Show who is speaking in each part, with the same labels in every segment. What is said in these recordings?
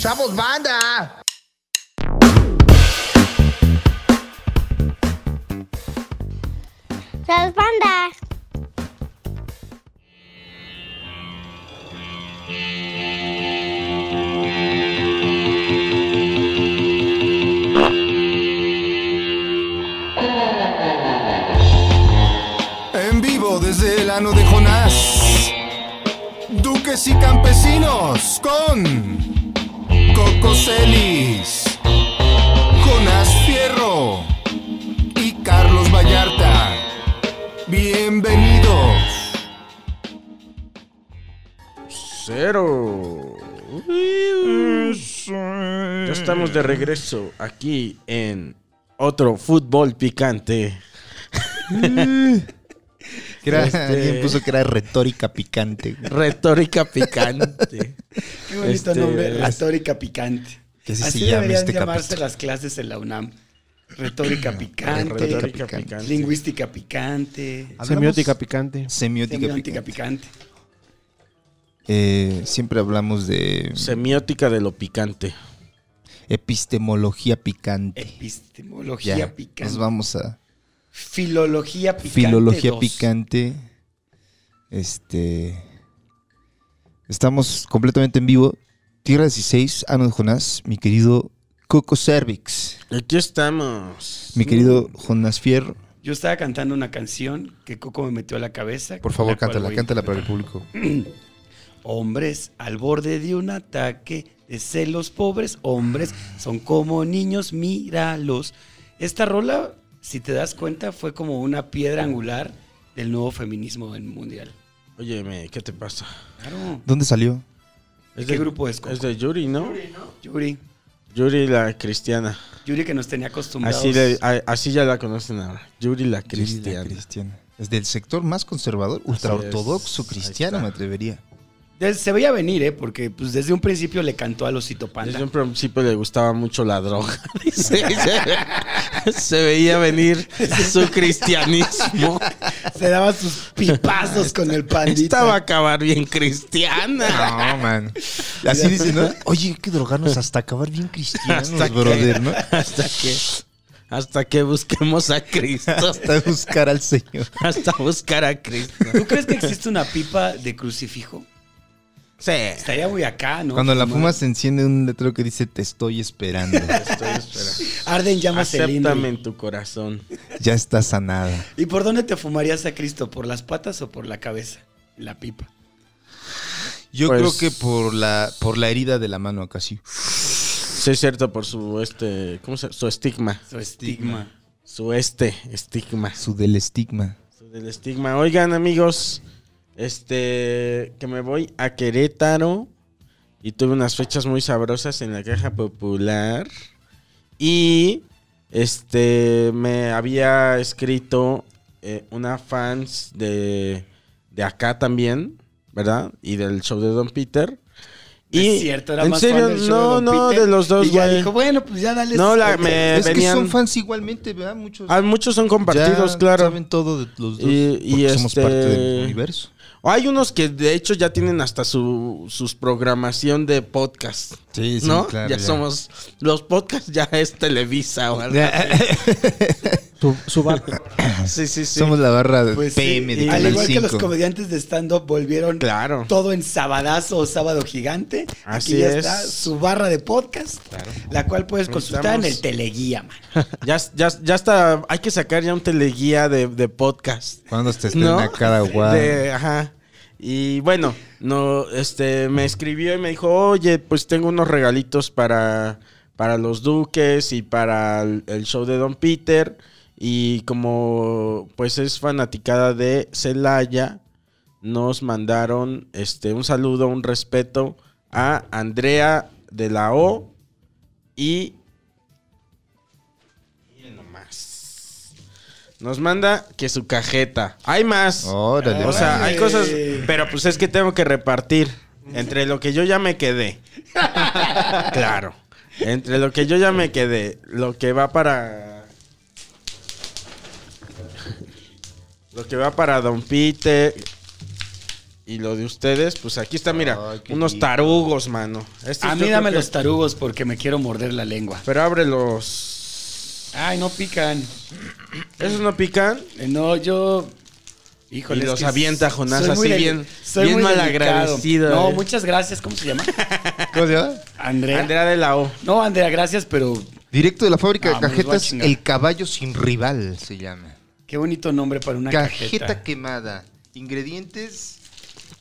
Speaker 1: ¡Chavos, banda!
Speaker 2: Las bandas.
Speaker 3: En vivo desde el ano de Jonás. Duques y campesinos con Coco Celis, Jonás Fierro y Carlos Vallarta. Bienvenidos.
Speaker 4: Cero. Ya estamos de regreso aquí en otro fútbol picante.
Speaker 1: Que era-
Speaker 4: Este-
Speaker 1: Alguien puso que era retórica picante. güey.
Speaker 4: Retórica picante.
Speaker 5: Qué bonito
Speaker 4: Este,
Speaker 5: nombre,
Speaker 4: es-
Speaker 5: retórica picante.
Speaker 1: Que así
Speaker 5: así
Speaker 1: se llama
Speaker 5: deberían
Speaker 1: este
Speaker 5: llamarse
Speaker 1: capítulo.
Speaker 5: las clases en la UNAM. Retórica picante,
Speaker 4: Retórica
Speaker 1: picante.
Speaker 4: picante.
Speaker 5: lingüística picante,
Speaker 1: Hablamos-
Speaker 6: Semiótica picante.
Speaker 1: Semiótica,
Speaker 5: semiótica
Speaker 1: picante.
Speaker 5: picante.
Speaker 1: Eh, siempre hablamos de
Speaker 4: Semiótica de lo picante.
Speaker 1: epistemología picante.
Speaker 5: epistemología
Speaker 1: Ya, Nos
Speaker 5: picante,
Speaker 1: vamos a
Speaker 5: filología picante.
Speaker 1: filología
Speaker 5: dos.
Speaker 1: picante. Este. Estamos completamente en vivo. Tierra 16, Ano de Jonás, mi querido Coco Cervix,
Speaker 4: Aquí estamos.
Speaker 1: mi querido Jonás Fierro.
Speaker 5: Yo estaba cantando una canción que Coco me metió a la cabeza.
Speaker 1: Por favor,
Speaker 5: la cual
Speaker 1: cántala,
Speaker 5: voy a
Speaker 1: cántala para el público.
Speaker 5: Hombres al borde de un ataque de celos pobres, hombres son como niños, míralos. Esta rola, si te das cuenta, fue como una piedra angular del nuevo feminismo en mundial.
Speaker 4: Óyeme, ¿qué te pasa?
Speaker 5: Claro.
Speaker 1: ¿Dónde salió?
Speaker 4: ¿Es
Speaker 5: ¿Qué grupo es, Coco?
Speaker 4: Es de Yuri, ¿no?
Speaker 5: Yuri,
Speaker 4: Yuri la cristiana.
Speaker 5: Yuri que nos tenía acostumbrados.
Speaker 4: Así, le- a- así ya la conocen ahora. Yuri la
Speaker 1: Yuri la
Speaker 4: cristiana.
Speaker 1: cristiana. Es del sector más conservador, ultraortodoxo
Speaker 4: es.
Speaker 1: cristiano,
Speaker 4: Ahí
Speaker 1: me
Speaker 4: está.
Speaker 1: atrevería.
Speaker 5: Des- se veía venir, ¿eh? Porque pues, desde un principio le cantó a los Panda.
Speaker 4: Desde un principio le gustaba mucho la droga. dice. se veía venir su cristianismo.
Speaker 5: Se daba sus pipazos con el pandita.
Speaker 4: Estaba a acabar bien cristiana.
Speaker 1: No, man. Así dicen, ¿no? Oye, hay que drogarnos hasta acabar bien cristianos,
Speaker 4: Hasta que-
Speaker 1: brother, ¿no?
Speaker 4: Hasta que, hasta que busquemos a Cristo.
Speaker 1: Hasta buscar al Señor.
Speaker 4: Hasta buscar a Cristo.
Speaker 5: ¿Tú crees que existe una pipa de crucifijo?
Speaker 4: Sí.
Speaker 5: Estaría muy acá, ¿no?
Speaker 1: Cuando la
Speaker 5: Fumar.
Speaker 1: fumas se enciende un letrero que dice te estoy esperando.
Speaker 4: Estoy esperando.
Speaker 5: Arden llamas
Speaker 4: Acéptame
Speaker 5: cilindro.
Speaker 4: en tu corazón.
Speaker 1: Ya está sanada.
Speaker 5: ¿Y por dónde te fumarías a Cristo? ¿Por las patas o por la cabeza? La pipa.
Speaker 1: Yo
Speaker 4: Pues-
Speaker 1: creo que por la, por la herida de la mano acá sí.
Speaker 4: Sí, es cierto, por su este. ¿Cómo se llama? Su estigma.
Speaker 5: Su estigma.
Speaker 4: Su este estigma.
Speaker 1: Su del estigma.
Speaker 4: Su del estigma. Oigan, amigos. Este. Que me voy a Querétaro. Y tuve unas fechas muy sabrosas en la caja popular. Y este me había escrito eh, una fans de, de acá también, ¿verdad? Y del show de Don Peter.
Speaker 5: es cierto, era
Speaker 4: en
Speaker 5: más
Speaker 4: serio,
Speaker 5: fan del show
Speaker 4: no,
Speaker 5: de Don
Speaker 4: no,
Speaker 5: Peter,
Speaker 4: de los dos,
Speaker 5: Y ya
Speaker 4: güey.
Speaker 5: dijo, bueno, pues ya dale.
Speaker 4: No, la- me
Speaker 1: es
Speaker 4: venían.
Speaker 1: que son fans igualmente, ¿verdad? Muchos
Speaker 4: Ah, muchos son compartidos,
Speaker 1: ya
Speaker 4: claro.
Speaker 1: saben todo de los dos.
Speaker 4: Y- y
Speaker 1: porque somos
Speaker 4: este-
Speaker 1: parte del universo.
Speaker 4: Hay unos que de hecho ya tienen hasta su sus programación de podcast.
Speaker 1: Sí, sí,
Speaker 4: ¿No?
Speaker 1: claro,
Speaker 4: ya,
Speaker 1: ya.
Speaker 4: somos. Los podcasts ya es Televisa o algo.
Speaker 6: Su, su barco.
Speaker 4: Sí, sí, sí.
Speaker 1: Somos la barra de
Speaker 5: Pues sí,
Speaker 1: PM de
Speaker 5: y al
Speaker 1: Canal
Speaker 5: igual que los
Speaker 1: 5.
Speaker 5: comediantes de stand-up volvieron
Speaker 4: Claro.
Speaker 5: todo en sabadazo o sábado gigante.
Speaker 4: Así
Speaker 5: Aquí ya
Speaker 4: es.
Speaker 5: está su barra de podcast, la cual puedes consultar en
Speaker 4: Estamos-
Speaker 5: el teleguía, man.
Speaker 4: Ya, ya, ya está. Hay que sacar ya un teleguía de, de podcast.
Speaker 1: Cuando se
Speaker 4: ¿No?
Speaker 1: estrena cada guau.
Speaker 4: De- ajá. Y bueno, no, este, me escribió y me dijo, oye, pues tengo unos regalitos para, para los duques y para el, el show de Don Peter. Y como pues es fanaticada de Celaya, nos mandaron este, un saludo, un respeto a Andrea de la O y... Miren nomás. Nos manda que su cajeta. Hay más.
Speaker 1: Órale.
Speaker 4: O sea, hay cosas,
Speaker 5: Órale.
Speaker 4: pero pues es que tengo que repartir. Entre lo que yo ya me quedé. claro. Entre lo que yo ya me quedé, lo que va para. Lo que va para Don Pite y lo de ustedes, pues aquí está, mira,
Speaker 1: Ay, qué
Speaker 4: unos
Speaker 1: rico.
Speaker 4: tarugos, mano. Estos
Speaker 5: A
Speaker 4: yo
Speaker 5: mí
Speaker 4: creo
Speaker 5: dame
Speaker 4: que-
Speaker 5: los tarugos porque me quiero morder la lengua.
Speaker 4: Pero ábrelos.
Speaker 5: Ay, no pican.
Speaker 4: ¿Esos no pican?
Speaker 5: Eh, No, yo. Híjole.
Speaker 4: Y
Speaker 5: es
Speaker 4: los
Speaker 5: que
Speaker 4: avienta, Jonás,
Speaker 5: soy muy
Speaker 4: así
Speaker 5: deli-
Speaker 4: bien-
Speaker 5: soy
Speaker 4: bien
Speaker 5: muy
Speaker 4: malagradecido. eh.
Speaker 5: delicado. No, muchas gracias. ¿Cómo se llama?
Speaker 1: ¿Cómo se llama?
Speaker 5: Andrea.
Speaker 4: Andrea de la O.
Speaker 5: No, Andrea, gracias, pero
Speaker 1: Directo de la fábrica
Speaker 5: Ah,
Speaker 1: de
Speaker 5: me los voy a
Speaker 1: cajetas,
Speaker 5: chingar.
Speaker 1: el caballo sin rival se llama.
Speaker 5: qué bonito nombre para una
Speaker 1: Cajeta.
Speaker 5: cajeta.
Speaker 1: quemada. Ingredientes.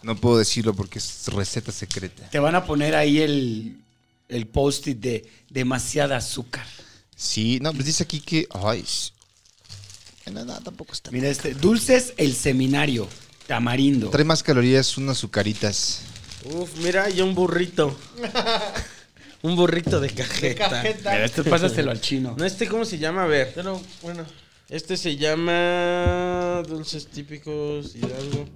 Speaker 1: No puedo decirlo porque es receta secreta.
Speaker 5: Te van a poner ahí el, el post-it de demasiada azúcar.
Speaker 1: Sí, no, pues dice aquí que. Ay. s- No, no, tampoco está.
Speaker 5: Mira este. Dulces el seminario. Tamarindo.
Speaker 1: Trae más calorías, unas azucaritas.
Speaker 4: Uf, mira, y un burrito. un burrito de cajeta.
Speaker 5: Mira, este pásaselo al chino.
Speaker 4: No, este, ¿cómo se llama? A ver. bueno. Este se llama Dulces Típicos Hidalgo.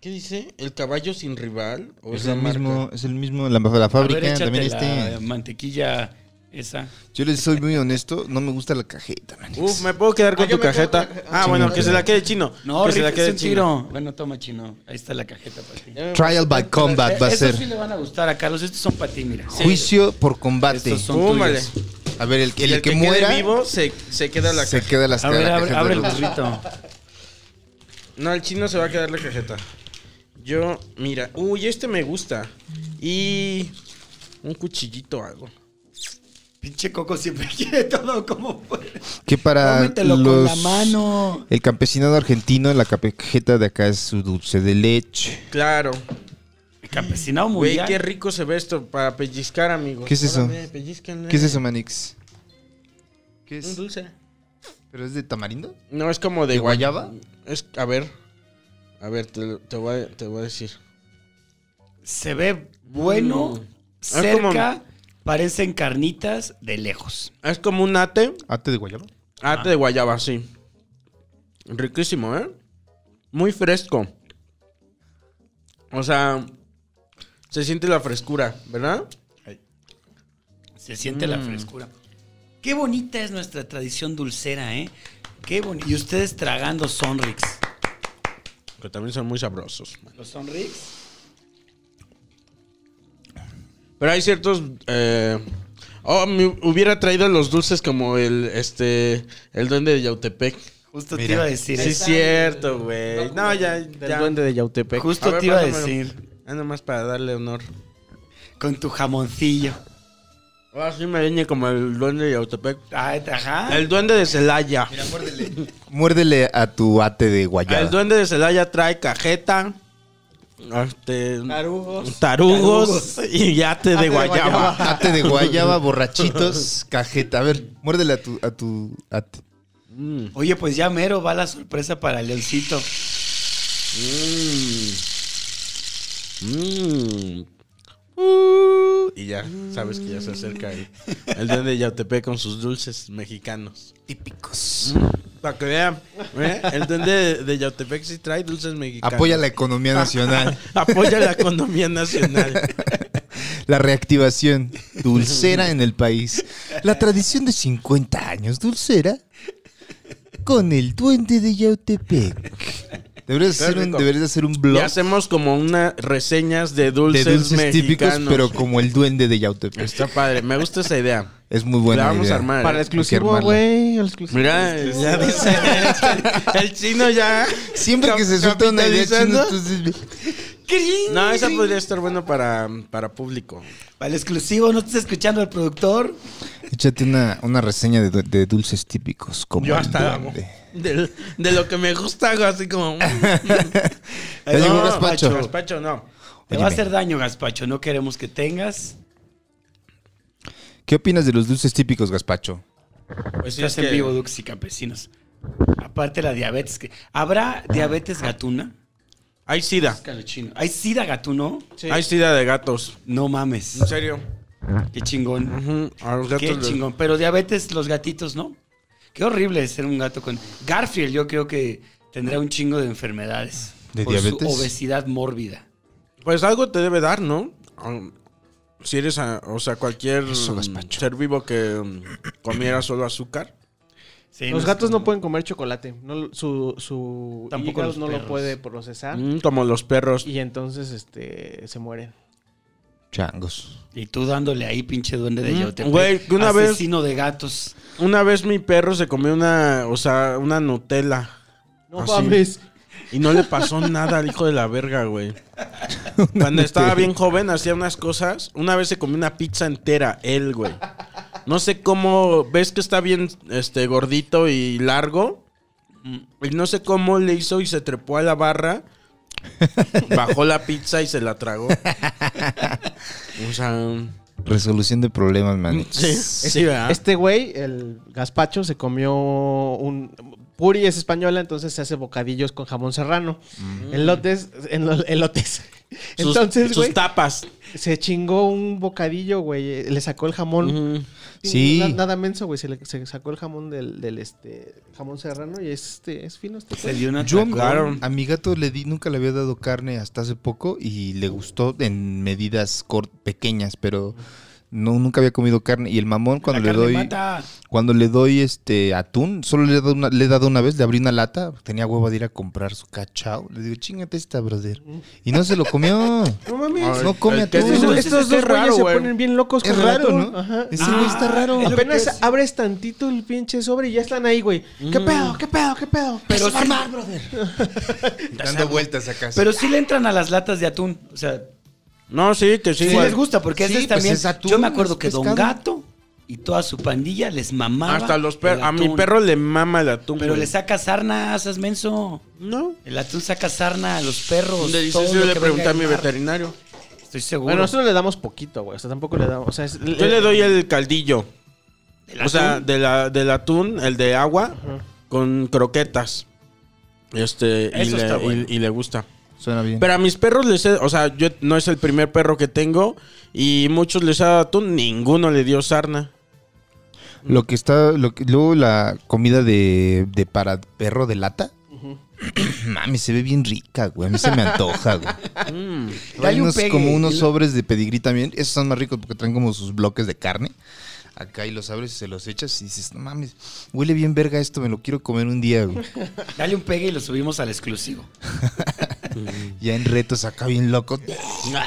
Speaker 4: ¿Qué dice? ¿El caballo sin rival? ¿O
Speaker 1: Es
Speaker 4: la
Speaker 1: el,
Speaker 4: marca?
Speaker 1: mismo, es el mismo, la, la fábrica
Speaker 5: A ver, échate
Speaker 1: también
Speaker 5: la
Speaker 1: este.
Speaker 5: mantequilla esa.
Speaker 1: Yo les soy muy honesto, no me gusta la cajeta, man.
Speaker 4: Uf, ¿me puedo quedar con tu cajeta? Ah, bueno, que se la quede chino.
Speaker 5: No,
Speaker 4: que se la
Speaker 5: rífate
Speaker 4: quede
Speaker 5: un tiro. Bueno, toma, chino. Ahí está la cajeta para ti.
Speaker 4: Ya me-
Speaker 1: Trial by combat va a
Speaker 5: Eh, Estos
Speaker 1: ser.
Speaker 5: sí le van a gustar a Carlos. Estos son para ti, mira.
Speaker 1: Juicio por combate.
Speaker 5: Estos son
Speaker 4: Uh, vale.
Speaker 5: tuyos.
Speaker 1: A ver, el, el
Speaker 4: Y
Speaker 1: que, muera
Speaker 4: quede vivo se, se queda la
Speaker 1: se
Speaker 4: cajeta.
Speaker 1: queda las
Speaker 5: A ver,
Speaker 1: la
Speaker 5: abre,
Speaker 1: cajeta
Speaker 5: abre el
Speaker 1: de luz.
Speaker 5: burrito.
Speaker 4: No, el chino se va a quedar la cajeta. Yo, mira. Uy, este me gusta. Y un cuchillito o algo.
Speaker 5: Pinche Coco siempre quiere todo como puede.
Speaker 1: Que para
Speaker 5: Cómetelo
Speaker 1: los
Speaker 5: con la mano.
Speaker 1: El campesinado argentino, la cajeta de acá es su dulce de leche.
Speaker 4: Claro.
Speaker 5: Campesinado
Speaker 4: Güey,
Speaker 5: mundial.
Speaker 4: qué rico se ve esto para pellizcar, amigos.
Speaker 1: ¿Qué es eso?
Speaker 4: Órale, pellizquenle.
Speaker 1: ¿Qué es eso, Manix? ¿Qué
Speaker 4: Un
Speaker 1: es?
Speaker 4: dulce.
Speaker 1: ¿Pero es de tamarindo?
Speaker 4: No, es como de,
Speaker 1: ¿De
Speaker 4: guay-
Speaker 1: guayaba?
Speaker 4: Es, a ver. A ver, te, lo- te voy, a, te voy a decir.
Speaker 5: Se ve bueno,
Speaker 4: Mm. Es
Speaker 5: cerca, parecen carnitas de lejos.
Speaker 4: Es como un ate.
Speaker 1: ¿Ate de guayaba?
Speaker 4: Ate de guayaba, sí. Riquísimo, ¿eh? Muy fresco. O sea, se siente la frescura, ¿verdad?
Speaker 5: Se siente
Speaker 4: Mm.
Speaker 5: la frescura. Qué bonita es nuestra tradición dulcera, ¿eh? Qué bonito. Y ustedes tragando Sonrix.
Speaker 4: Que también son muy sabrosos.
Speaker 5: ¿Los Sonrix?
Speaker 4: Pero hay ciertos... eh, oh, me hubiera traído los dulces como el, este, el duende de Yautepec.
Speaker 5: Justo te
Speaker 1: Mira.
Speaker 5: iba a decir.
Speaker 4: Sí, es
Speaker 5: eso.
Speaker 4: cierto, güey. No, ya, ya. duende de Yautepec.
Speaker 5: Justo te iba a decir.
Speaker 4: Ah, nomás para darle honor.
Speaker 5: Con tu jamoncillo.
Speaker 4: Ah, sí me viene como el duende de Yautepec.
Speaker 5: Ah, ajá.
Speaker 4: El duende de Celaya.
Speaker 1: Muérdele a tu ate de guayaba.
Speaker 4: El duende de Celaya trae cajeta, este, tarugos, y yate de guayaba.
Speaker 1: Ate de guayaba, borrachitos, cajeta. A ver, muérdele a tu, a tu ate.
Speaker 4: Mm,
Speaker 5: Oye, pues ya mero va la sorpresa para Leoncito.
Speaker 4: mm, mm. Uh, y ya, sabes que ya se acerca el, el duende de Yautepec con sus dulces mexicanos.
Speaker 1: Típicos.
Speaker 4: Para que vean, ¿eh? el duende de, de Yautepec sí trae dulces mexicanos.
Speaker 1: Apoya la economía nacional,
Speaker 4: Apoya la economía nacional.
Speaker 1: la reactivación, dulcera en el país. La tradición de 50 años dulcera con el duende de Yautepec. Deberías
Speaker 4: Qué
Speaker 1: hacer un,
Speaker 4: rico.
Speaker 1: deberías hacer un
Speaker 4: Y
Speaker 1: blog
Speaker 4: hacemos como unas reseñas de dulces,
Speaker 1: de dulces típicos,
Speaker 4: mexicanos.
Speaker 1: pero como el duende de Yautepec.
Speaker 4: Está padre, me gusta esa idea.
Speaker 1: Es muy buena
Speaker 4: La vamos
Speaker 1: idea.
Speaker 4: a armar. ¿eh?
Speaker 1: Para Hay
Speaker 2: Exclusivo,
Speaker 1: que armarla.
Speaker 2: güey. el exclusivo.
Speaker 4: Mira, ya dice el chino ya.
Speaker 1: Siempre que se suelta una idea chino, entonces-
Speaker 4: No, esa
Speaker 5: pues
Speaker 4: podría estar buena para, para público.
Speaker 5: Para el exclusivo, ¿no estás escuchando al productor?
Speaker 1: Échate una, una reseña de, du- de dulces típicos. Como
Speaker 4: Yo
Speaker 1: el
Speaker 4: hasta hago.
Speaker 1: duende.
Speaker 4: De, de lo que me gusta hago así como. mm.
Speaker 1: Ya llegó Gaspacho.
Speaker 4: Gaspacho, no.
Speaker 5: Te va
Speaker 1: Óyeme.
Speaker 5: a hacer daño, Gaspacho. No queremos que tengas.
Speaker 1: ¿Qué opinas de los dulces típicos, Gaspacho?
Speaker 4: Pues sí,
Speaker 5: Estás
Speaker 4: es
Speaker 5: en
Speaker 4: que-
Speaker 5: vivo, Dux y Campesinos. Aparte la diabetes. que- ¿Habrá diabetes gatuna?
Speaker 4: Hay sida.
Speaker 5: Calochino. ¿Hay sida gatuno?
Speaker 4: Hay sida de gatos.
Speaker 5: No mames.
Speaker 4: En serio.
Speaker 5: Qué chingón.
Speaker 4: Ujú, A los
Speaker 5: Qué
Speaker 4: gatos les-
Speaker 5: chingón. Pero diabetes, los gatitos, ¿no? Qué horrible ser un gato con... Garfield yo creo que tendrá un chingo de enfermedades.
Speaker 1: ¿De
Speaker 5: por
Speaker 1: diabetes?
Speaker 5: su obesidad mórbida.
Speaker 4: Pues algo te debe dar, ¿no? Um, si eres, ah, o sea, cualquier
Speaker 1: Eso,
Speaker 4: um,
Speaker 1: gazpacho.
Speaker 4: ser vivo que um, comiera solo azúcar.
Speaker 5: Sí,
Speaker 2: Los
Speaker 5: es
Speaker 2: gatos no
Speaker 5: como-
Speaker 2: pueden comer chocolate. No, su su
Speaker 5: Tampoco
Speaker 2: hígado
Speaker 5: los
Speaker 2: no lo
Speaker 5: perros.
Speaker 2: puede
Speaker 1: ¿Ah?
Speaker 2: procesar.
Speaker 4: Mm, Como los perros.
Speaker 2: Y entonces este se mueren.
Speaker 1: Changos.
Speaker 5: Y tú dándole ahí, pinche duende de
Speaker 4: Mm,
Speaker 5: Yautepec.
Speaker 4: güey, que una vez-
Speaker 5: Asesino de gatos.
Speaker 4: Una vez mi perro se comió una, o sea, una Nutella.
Speaker 2: No
Speaker 4: Así.
Speaker 2: mames.
Speaker 4: Y no le pasó nada al hijo de la verga, güey. Cuando estaba bien joven hacía unas cosas. Una vez se comió una pizza entera, él, güey. No sé cómo, ves que está bien este, gordito y largo. Y no sé cómo le hizo y se trepó a la barra. Bajó la pizza y se la tragó. O sea,
Speaker 1: Resolución de problemas, man.
Speaker 4: sí, sí, ¿verdad?
Speaker 2: Este güey, el gazpacho, se comió un... Puri es española, entonces se hace bocadillos con jamón serrano. Elotes, en los elotes.
Speaker 4: Sus-
Speaker 2: Entonces,
Speaker 4: sus,
Speaker 2: güey,
Speaker 4: tapas.
Speaker 2: se chingó un bocadillo, güey. Le sacó el jamón.
Speaker 4: Ujú.
Speaker 1: Sí.
Speaker 2: Na- nada menso, güey. Se, le- se sacó el jamón del, del, este jamón serrano y es este es fino este.
Speaker 5: Se
Speaker 2: güey.
Speaker 5: dio una
Speaker 1: Yo
Speaker 4: Claro.
Speaker 1: a mi gato le di, nunca le había dado carne hasta hace poco y le gustó en medidas cor- pequeñas, pero no, nunca había comido carne. Y el mamón cuando le doy, cuando le doy este atún, solo le he dado una, le he dado una vez, le abrí una lata, tenía huevo de ir a comprar su cachao. Le digo, chingate esta, brother. Y no se lo comió.
Speaker 2: No mames.
Speaker 1: No come
Speaker 4: Ay, ¿qué
Speaker 1: atún.
Speaker 2: Estos,
Speaker 4: dices? Entonces,
Speaker 2: estos
Speaker 4: está
Speaker 2: dos
Speaker 4: raro,
Speaker 2: güeyes se
Speaker 4: güey.
Speaker 2: ponen bien locos
Speaker 1: Es
Speaker 2: con el
Speaker 1: raro,
Speaker 2: atún.
Speaker 1: ¿no?
Speaker 2: Ajá.
Speaker 1: Ese güey está raro.
Speaker 5: Ah, es lo que
Speaker 2: Apenas
Speaker 5: es.
Speaker 2: abres tantito el pinche sobre y ya están ahí, güey. ¿Qué pedo? ¿Qué pedo? ¿Qué pedo?
Speaker 5: Pero sí,
Speaker 1: Dando vueltas acá.
Speaker 5: pero sí le entran a las latas de atún. O sea,
Speaker 4: No, sí, que sí.
Speaker 5: sí,
Speaker 4: güey.
Speaker 5: les gusta, porque
Speaker 1: Sí,
Speaker 5: ese es
Speaker 1: pues
Speaker 5: también.
Speaker 1: es atún,
Speaker 5: yo me acuerdo
Speaker 1: es
Speaker 5: que Don
Speaker 1: pescado.
Speaker 5: Gato y toda su pandilla les mamaba.
Speaker 4: Hasta los perros.
Speaker 5: el
Speaker 4: A mi
Speaker 5: atún.
Speaker 4: perro le mama el atún.
Speaker 5: Pero
Speaker 4: güey.
Speaker 5: le saca sarna, esas menso.
Speaker 4: No.
Speaker 5: El atún saca sarna a los perros.
Speaker 4: Le
Speaker 5: todo
Speaker 4: Pues, dices, yo
Speaker 5: lo
Speaker 4: le
Speaker 5: que
Speaker 4: pregunté
Speaker 5: venga
Speaker 4: a mi
Speaker 5: del mar.
Speaker 4: veterinario.
Speaker 5: Estoy seguro.
Speaker 2: Bueno, nosotros le damos poquito, güey. O sea, tampoco le damos. O sea, es-
Speaker 4: Yo le doy el caldillo.
Speaker 5: ¿El
Speaker 4: O sea,
Speaker 5: atún?
Speaker 4: de la, del atún, el de agua, con croquetas. Este, y
Speaker 5: Eso
Speaker 4: le,
Speaker 5: está
Speaker 4: y-
Speaker 5: bueno.
Speaker 4: y le gusta.
Speaker 1: Suena bien.
Speaker 4: Pero a mis perros les he, o sea, yo no es el primer perro que tengo y muchos les ha dado atún, ninguno le dio sarna.
Speaker 1: Lo que está, lo que, luego la comida de, de para perro de lata. Mami, se ve bien rica, güey. A mí se me antoja, güey.
Speaker 4: Mm.
Speaker 1: Hay
Speaker 5: Dale un
Speaker 1: unos,
Speaker 5: pegue
Speaker 1: como unos
Speaker 5: y-
Speaker 1: sobres de pedigrí también. Esos son más ricos porque traen como sus bloques de carne. Acá y los abres y se los echas y dices, no mames, huele bien verga esto, me lo quiero comer un día, güey.
Speaker 5: Dale un pegue y lo subimos al exclusivo.
Speaker 1: Ya en retos acá bien loco.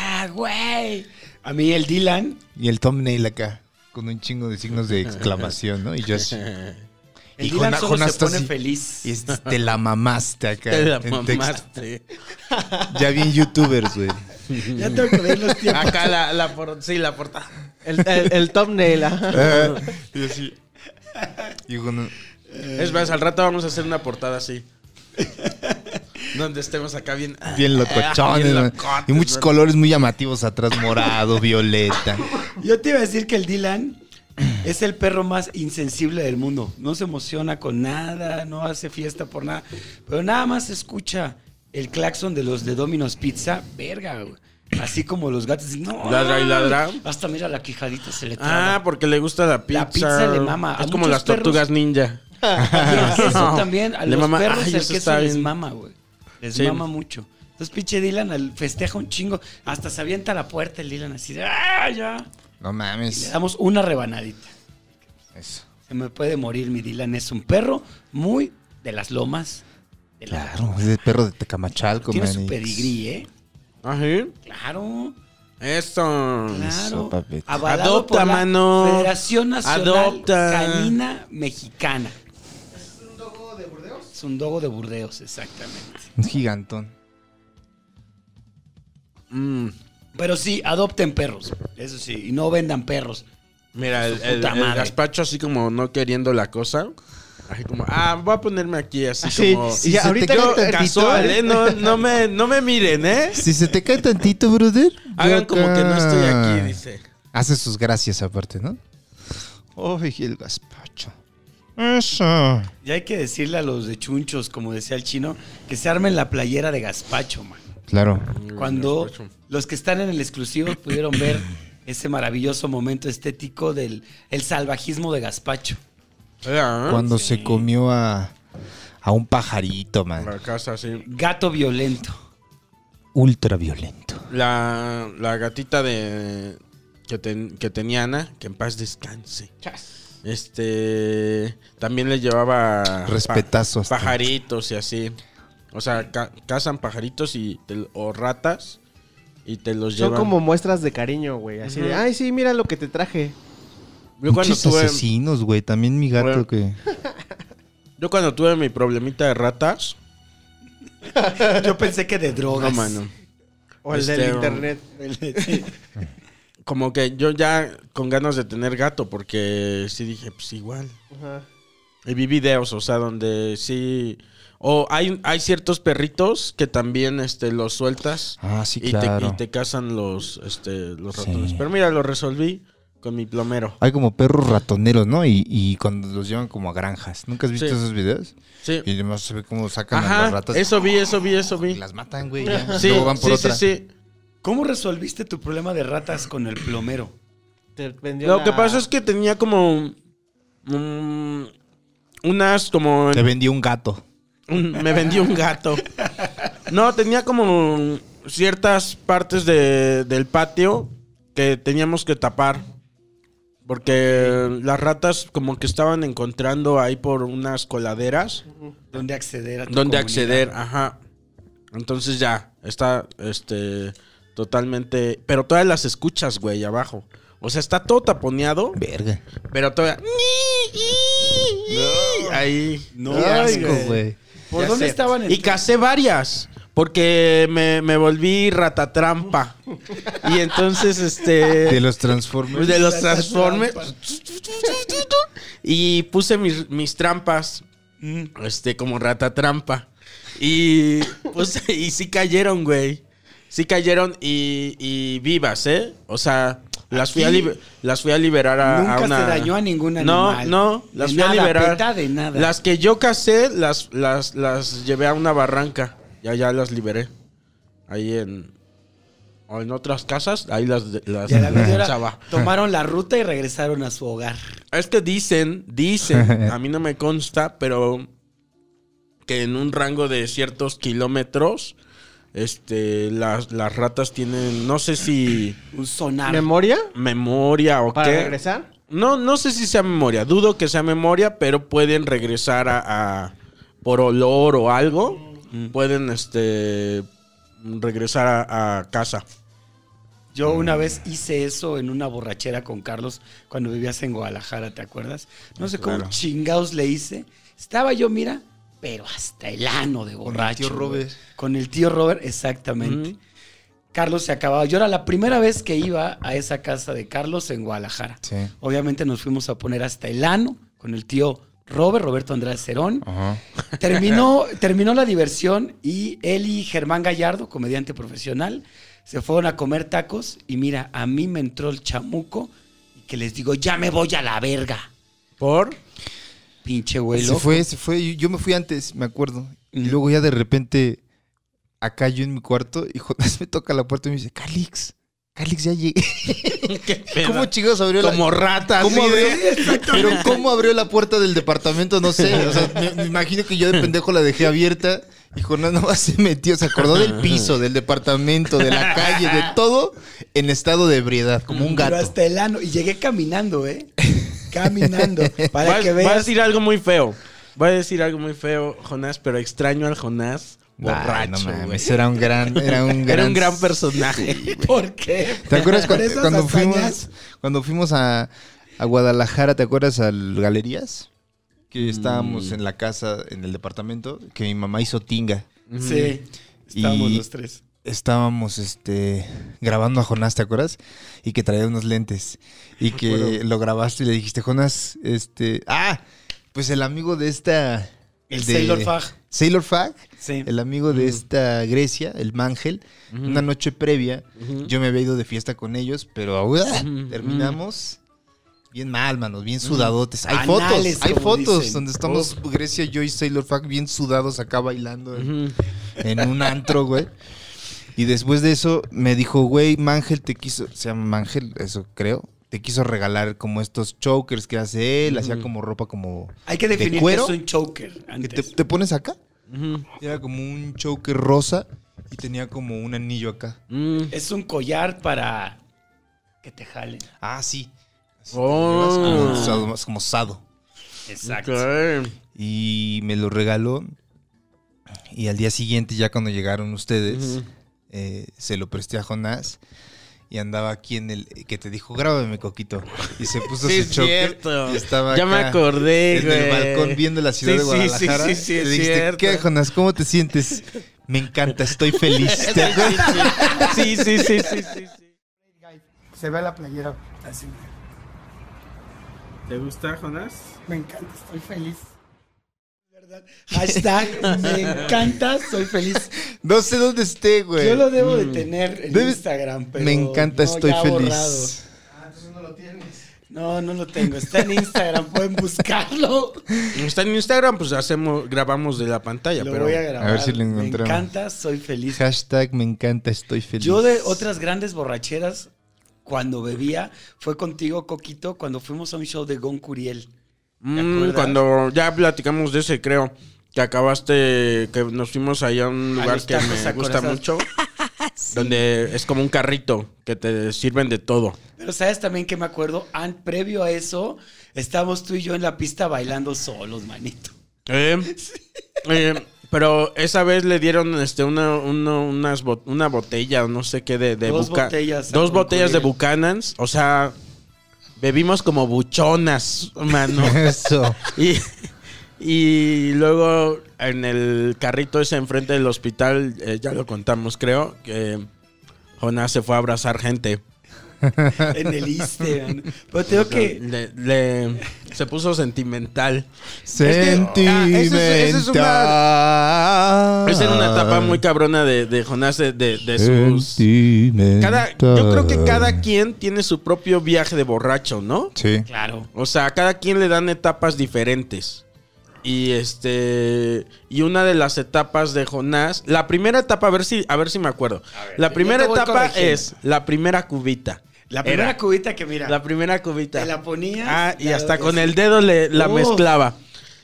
Speaker 5: ¡Ah, güey! A mí el Dylan.
Speaker 1: Y el thumbnail acá, con un chingo de signos de exclamación, ¿no? Y yo así.
Speaker 5: El
Speaker 1: Y
Speaker 5: Dylan
Speaker 1: Jona-
Speaker 5: solo
Speaker 1: Jona
Speaker 5: se
Speaker 1: está
Speaker 5: pone
Speaker 1: así.
Speaker 5: feliz.
Speaker 1: Y este, te la mamaste acá.
Speaker 4: Te la
Speaker 1: en texto.
Speaker 4: mamaste.
Speaker 1: Ya bien youtubers, güey.
Speaker 5: Ya tengo que ver los tiempos.
Speaker 4: Acá la, la por- sí, la portada.
Speaker 2: El, el, el thumbnail,
Speaker 5: ah.
Speaker 2: ajá.
Speaker 1: Eh, y así. Y Jona-
Speaker 4: Es más, al rato vamos a hacer una portada así. Donde estemos acá bien.
Speaker 1: Bien locochones,
Speaker 4: Ah, Bien
Speaker 1: man.
Speaker 4: locotes,
Speaker 1: Y muchos
Speaker 4: man.
Speaker 1: colores muy llamativos atrás, morado, violeta.
Speaker 5: Yo te iba a decir que el Dylan es el perro más insensible del mundo. No se emociona con nada, no hace fiesta por nada. Pero nada más escucha el claxon de los de Domino's Pizza. Verga, güey. Así como los gatos. No,
Speaker 4: Ladra y ladra.
Speaker 5: Hasta mira la quijadita se le traba.
Speaker 4: Ah, porque le gusta la pizza.
Speaker 5: La pizza le mama. A
Speaker 4: Es como
Speaker 5: muchos
Speaker 4: las tortugas
Speaker 5: perros-
Speaker 4: ninja.
Speaker 5: Y el queso
Speaker 4: pues, No.
Speaker 5: también. A
Speaker 4: Le
Speaker 5: los
Speaker 4: mama-
Speaker 5: perros
Speaker 4: ay,
Speaker 5: el
Speaker 4: eso
Speaker 5: queso
Speaker 4: está
Speaker 5: les
Speaker 4: bien.
Speaker 5: mama, güey. Les
Speaker 4: Sí.
Speaker 5: mama mucho. Entonces, pinche Dylan al- festeja un chingo. Hasta se avienta a la puerta el Dylan así de, ¡ah, ya!
Speaker 1: No
Speaker 5: Y le
Speaker 1: mames.
Speaker 5: damos una rebanadita.
Speaker 1: Eso.
Speaker 5: Se me puede morir, mi Dylan es un perro muy de las lomas. de la-
Speaker 1: Claro, es el perro de Tecamachalco,
Speaker 5: Tiene
Speaker 1: man,
Speaker 5: su
Speaker 1: y-
Speaker 5: pedigrí, ¿eh?
Speaker 4: Ajá.
Speaker 5: Claro,
Speaker 4: Ah, Eso.
Speaker 5: claro.
Speaker 1: papito.
Speaker 5: Avalado
Speaker 4: Adopta,
Speaker 5: por la
Speaker 4: mano.
Speaker 5: Federación Nacional
Speaker 4: Adopta.
Speaker 5: Canina Mexicana. ¿Es un dogo de Burdeos? Es un dogo de Burdeos, exactamente.
Speaker 1: Un gigantón.
Speaker 4: Mm.
Speaker 5: Pero sí, adopten perros. Eso sí, y no vendan perros.
Speaker 4: Mira, el,
Speaker 5: Su
Speaker 4: el,
Speaker 5: puta
Speaker 4: el
Speaker 5: madre.
Speaker 4: gazpacho así como no queriendo la cosa. Así como, ah, voy a ponerme aquí así
Speaker 2: Sí,
Speaker 4: como...
Speaker 2: y ya,
Speaker 1: se te
Speaker 2: ahorita
Speaker 4: Yo,
Speaker 1: quedó
Speaker 2: ya te-
Speaker 4: casual, ¿eh? No, no, me, no me miren, ¿eh?
Speaker 1: Si se te cae tantito, brother. yo
Speaker 4: Hagan como
Speaker 1: acá-
Speaker 4: que no estoy aquí, dice.
Speaker 1: Hace sus gracias aparte, ¿no? Oh, y el gazpacho. Eso.
Speaker 5: Y hay que decirle a los de chunchos, como decía el chino, que se armen la playera de gazpacho, man.
Speaker 1: Claro.
Speaker 5: Cuando
Speaker 4: gazpacho.
Speaker 5: los que están en el exclusivo pudieron ver ese maravilloso momento estético del el salvajismo de gazpacho.
Speaker 4: Era, ¿eh?
Speaker 1: Cuando se comió a, a un pajarito, man.
Speaker 4: La casa así.
Speaker 5: Gato violento.
Speaker 1: ultraviolento.
Speaker 4: La, la gatita de que, ten- que tenía Ana, que en paz descanse. Este también le llevaba pa-
Speaker 1: Respetazo hasta-
Speaker 4: pajaritos y así. O sea, ca- cazan pajaritos y te- o ratas y te los
Speaker 2: Son
Speaker 4: llevan.
Speaker 2: como muestras de cariño, güey. Así de,
Speaker 4: Ujú.
Speaker 2: ay, sí, mira lo que te traje.
Speaker 4: yo cuando
Speaker 1: Pinches
Speaker 4: tuve
Speaker 1: asesinos, güey. También mi gato
Speaker 4: Bueno.
Speaker 1: que...
Speaker 4: yo cuando tuve mi problemita de ratas,
Speaker 5: Yo pensé que de drogas.
Speaker 4: no mano.
Speaker 2: O el
Speaker 4: Este,
Speaker 2: del
Speaker 4: um,
Speaker 2: internet.
Speaker 4: Como que yo ya con ganas de tener gato porque sí dije, pues igual.
Speaker 2: Ajá.
Speaker 4: Y vi videos, o sea, donde sí. O hay, hay ciertos perritos que también este, los sueltas
Speaker 1: Ah, sí,
Speaker 4: y,
Speaker 1: claro.
Speaker 4: te, y te cazan los, este, los
Speaker 1: Sí.
Speaker 4: ratones. Pero mira, lo resolví con mi plomero.
Speaker 1: Hay como perros ratoneros, ¿no? Y, y cuando los llevan como a granjas. ¿Nunca has visto
Speaker 4: Sí.
Speaker 1: esos videos?
Speaker 4: Sí.
Speaker 1: Y además se ve cómo sacan a las
Speaker 4: Ajá,
Speaker 1: ratas.
Speaker 4: eso vi, eso vi, eso
Speaker 1: Y
Speaker 4: vi.
Speaker 1: las matan, güey. ya.
Speaker 4: Sí,
Speaker 1: Luego van por
Speaker 4: sí,
Speaker 1: otra.
Speaker 4: sí, sí.
Speaker 5: ¿Cómo resolviste tu problema de ratas con el plomero?
Speaker 2: Te vendió
Speaker 4: Lo
Speaker 2: la-
Speaker 4: que pasa es que tenía como. mm, unas como.
Speaker 1: Te vendió un gato.
Speaker 4: Un- me vendí un gato. No, tenía como ciertas partes de- del patio que teníamos que tapar. Porque las ratas como que estaban encontrando ahí por unas coladeras
Speaker 5: ¿Dónde acceder a tu
Speaker 4: donde
Speaker 5: comunidad? Ah,
Speaker 4: acceder, ajá. Entonces ya, está este totalmente, pero todas las escuchas, güey, abajo. O sea, está todo taponeado,
Speaker 1: Verga.
Speaker 4: pero todavía ahí
Speaker 5: No,
Speaker 1: Qué
Speaker 5: asco,
Speaker 1: asco,
Speaker 5: güey.
Speaker 1: güey.
Speaker 5: ¿Por
Speaker 4: Ya
Speaker 5: dónde
Speaker 4: sé.
Speaker 5: estaban
Speaker 4: Y casé varias. Porque me, me volví ratatrampa. y entonces,
Speaker 1: De
Speaker 4: este.
Speaker 1: los Transformers.
Speaker 4: De los transformes. y puse mis, mis trampas.
Speaker 5: Mm.
Speaker 4: Este, como ratatrampa. Y. Puse, y sí cayeron, güey. Sí cayeron y, y vivas, ¿eh? O sea, las fui, a
Speaker 5: Aquí
Speaker 4: liber- las fui a liberar a,
Speaker 5: nunca
Speaker 4: a
Speaker 5: se
Speaker 4: una.
Speaker 5: dañó a ningún animal.
Speaker 4: No, no,
Speaker 5: De
Speaker 4: las fui a
Speaker 5: nada,
Speaker 4: liberar.
Speaker 5: peta de nada.
Speaker 4: Las que yo casé, las, las, las llevé a una barranca. Ya, ya las liberé. Ahí en. O en otras casas, ahí las, de- las
Speaker 5: Y a la media hora
Speaker 4: lanzaba.
Speaker 5: tomaron la ruta y regresaron a su hogar.
Speaker 4: Es que dicen, dicen, a mí no me consta, pero que en un rango de ciertos kilómetros, este, las, las ratas tienen, no sé si
Speaker 5: Un sonar.
Speaker 2: ¿Memoria?
Speaker 4: memoria o
Speaker 2: ¿Para
Speaker 4: qué.
Speaker 2: regresar?
Speaker 4: No, no sé si sea memoria. Dudo que sea memoria, pero pueden regresar a, a- por olor o algo. Pueden este regresar a, a casa.
Speaker 5: Yo una vez hice eso en una borrachera con Carlos cuando vivías en Guadalajara, ¿te acuerdas? No sé cómo
Speaker 4: Claro.
Speaker 5: chingados le hice. Estaba yo, mira, pero hasta el ano de borracho.
Speaker 1: tío
Speaker 5: güey.
Speaker 1: Robert.
Speaker 5: Con el tío Robert, exactamente.
Speaker 4: Ujú.
Speaker 5: Carlos se acababa. Yo era la primera vez que iba a esa casa de Carlos en Guadalajara.
Speaker 1: Sí.
Speaker 5: Obviamente nos fuimos a poner hasta el ano con el tío Robert, Roberto Andrade Cerón.
Speaker 1: Ajá.
Speaker 5: Terminó, terminó la diversión y él y Germán Gallardo, comediante profesional, se fueron a comer tacos y mira, a mí me entró el chamuco y que les digo, ya me voy a la verga.
Speaker 4: Por
Speaker 5: Pinche güey
Speaker 1: Se
Speaker 5: loco.
Speaker 1: fue, se fue. Yo- Yo me fui antes, me acuerdo. Y
Speaker 5: Ujú.
Speaker 1: luego ya de repente, acá yo en mi cuarto, y Jonás me toca la puerta y me dice, Calix, Calix, ya llegué. ¿Cómo chicos abrió la...
Speaker 4: como ratas.
Speaker 1: ¿Cómo
Speaker 4: sí,
Speaker 1: abrió?
Speaker 4: de-
Speaker 1: Pero ¿cómo abrió la puerta del departamento? No sé. O sea, me, me imagino que yo de pendejo la dejé abierta y Jonás nomás se metió, se acordó del piso, del departamento, de la calle, de todo, en estado de ebriedad, como un
Speaker 5: Pero
Speaker 1: gato.
Speaker 5: Mm, hasta el ano. Y llegué caminando, ¿eh? Caminando. Para
Speaker 4: Vas-
Speaker 5: que
Speaker 4: Voy a
Speaker 5: veas.
Speaker 4: decir algo muy feo. Voy a decir algo muy feo, Jonás, pero extraño al Jonás
Speaker 1: Ay, no
Speaker 4: borracho,
Speaker 1: mames,
Speaker 4: güey.
Speaker 1: era un gran, era un gran,
Speaker 4: Era un gran personaje.
Speaker 5: ¿Por qué?
Speaker 1: ¿Te acuerdas
Speaker 5: Por
Speaker 1: cuando,
Speaker 5: esas
Speaker 1: cuando
Speaker 5: hazañas.
Speaker 1: fuimos, cuando fuimos a, a Guadalajara? ¿Te acuerdas al Galerías? Que estábamos en la casa, en el departamento, que mi mamá hizo tinga.
Speaker 5: Sí. Estábamos
Speaker 1: Y-
Speaker 5: los tres.
Speaker 1: Estábamos este, grabando a Jonás, ¿te acuerdas? Y que traía unos lentes. Y que lo grabaste y le dijiste, Jonás, este. ¡Ah! Pues el amigo de esta.
Speaker 5: El
Speaker 1: de-
Speaker 5: Sailor Fag.
Speaker 1: Sailor Fag,
Speaker 5: Sí. Mm.
Speaker 1: el amigo de esta Grecia, el Mangel, una noche previa, yo me había ido de fiesta con ellos, pero ¡ah! terminamos bien mal, manos, bien sudadotes. Hay
Speaker 5: Anales,
Speaker 1: fotos, hay
Speaker 5: como
Speaker 1: fotos
Speaker 5: dicen. Oh.
Speaker 1: donde estamos Grecia, yo y Sailor Fag bien sudados acá bailando en, en un antro, güey. Y después de eso me dijo, güey, Mangel te quiso, se llama Mangel, eso creo, te quiso regalar como estos chokers que hace él, hacía como ropa como...
Speaker 5: Hay que
Speaker 1: de
Speaker 5: definir que
Speaker 1: cuero
Speaker 5: es un choker.
Speaker 1: que
Speaker 5: antes.
Speaker 1: te, te pones acá. Era como un choker rosa Y tenía como un anillo acá.
Speaker 4: Mm.
Speaker 5: Es un collar para que te jalen.
Speaker 1: Ah, sí. Así te
Speaker 4: Oh.
Speaker 1: llevas como, sado- más como sado.
Speaker 5: Exacto.
Speaker 4: Ok.
Speaker 1: Y me lo regaló. Y al día siguiente, ya cuando llegaron ustedes,
Speaker 4: Ujú.
Speaker 1: eh, se lo presté a Jonás. Y andaba aquí en el... Que te dijo, grábame, Coquito. Y se puso
Speaker 4: Sí,
Speaker 1: su
Speaker 4: es
Speaker 1: choque.
Speaker 4: cierto.
Speaker 1: Y estaba
Speaker 4: Ya me
Speaker 1: acá
Speaker 4: acordé,
Speaker 1: en
Speaker 4: güey.
Speaker 1: el balcón viendo la ciudad
Speaker 4: Sí,
Speaker 1: de
Speaker 4: sí, sí,
Speaker 1: Guadalajara.
Speaker 4: Sí, sí,
Speaker 1: y
Speaker 4: es
Speaker 1: le dijiste,
Speaker 4: cierto.
Speaker 1: ¿qué, Jonás? ¿Cómo te sientes? Me encanta, estoy feliz. ¿Te acuerdas?
Speaker 4: Sí, sí, sí, sí, sí, sí.
Speaker 7: Se ve la playera así.
Speaker 4: ¿Te gusta, Jonás?
Speaker 7: Me encanta, estoy feliz.
Speaker 5: Hashtag me encanta, soy feliz.
Speaker 1: no sé dónde esté, güey.
Speaker 5: Yo lo debo de tener en
Speaker 1: Debes-
Speaker 5: Instagram,
Speaker 1: Pues,
Speaker 5: pero
Speaker 1: mm, Me encanta,
Speaker 5: no,
Speaker 1: estoy
Speaker 5: ya
Speaker 1: feliz.
Speaker 5: borrado.
Speaker 4: Ah,
Speaker 5: No, no lo tengo. Está en Instagram, pueden buscarlo.
Speaker 4: Está en Instagram, pues hacemos, grabamos de la pantalla.
Speaker 5: Lo
Speaker 4: pero
Speaker 5: voy a grabar.
Speaker 1: a ver si lo
Speaker 5: Me
Speaker 1: encontramos.
Speaker 5: encanta, soy feliz.
Speaker 1: Hashtag me encanta, estoy feliz.
Speaker 5: Yo de otras grandes borracheras, cuando bebía, fue contigo, Coquito, cuando fuimos a un show de Gon Curiel. ¿Te
Speaker 4: Mm,
Speaker 5: acuerdas?
Speaker 4: cuando ya platicamos de ese, creo. Que acabaste, que nos fuimos ahí a un
Speaker 5: A
Speaker 4: lugar
Speaker 5: los
Speaker 4: que
Speaker 5: tacos
Speaker 4: me
Speaker 5: acorazados.
Speaker 4: gusta mucho. Donde es como un carrito que te sirven de todo.
Speaker 5: Pero sabes también que me acuerdo, an- previo a eso, estábamos tú y yo en la pista bailando solos, manito.
Speaker 4: Eh, eh, pero esa vez le dieron este una, una, unas bot- una botella, no sé qué, de, de
Speaker 5: Dos
Speaker 4: Buca-
Speaker 5: botellas a
Speaker 4: Dos botellas de
Speaker 5: concluir.
Speaker 4: Buchanan's. O sea, bebimos como buchonas, mano.
Speaker 1: Eso.
Speaker 4: y, y luego en el carrito ese enfrente del hospital, eh, ya lo contamos, creo, que Jonás se fue a abrazar gente.
Speaker 5: En el Iste, man. Pero tengo que.
Speaker 4: Le- le- se puso sentimental.
Speaker 1: Sentimental.
Speaker 4: ah, esa es- esa es Esa Es en una
Speaker 1: Ah.
Speaker 4: etapa muy cabrona de, de Jonás de, de- de sus. Cada, yo creo que cada quien tiene su propio viaje de borracho, ¿no?
Speaker 1: Sí.
Speaker 5: Claro.
Speaker 4: O sea, a cada quien le dan etapas diferentes. Y este. Y una de las etapas de Jonás. La primera etapa, a ver si, a ver si me acuerdo. la primera
Speaker 5: Yo te voy
Speaker 4: etapa
Speaker 5: corrigiendo.
Speaker 4: es la primera cubita.
Speaker 5: La primera
Speaker 4: Era.
Speaker 5: cubita que mira.
Speaker 4: La primera cubita.
Speaker 5: Te la ponías,
Speaker 4: Ah, y
Speaker 5: la-
Speaker 4: hasta con
Speaker 5: así.
Speaker 4: el dedo le, la
Speaker 5: Uf.
Speaker 4: mezclaba.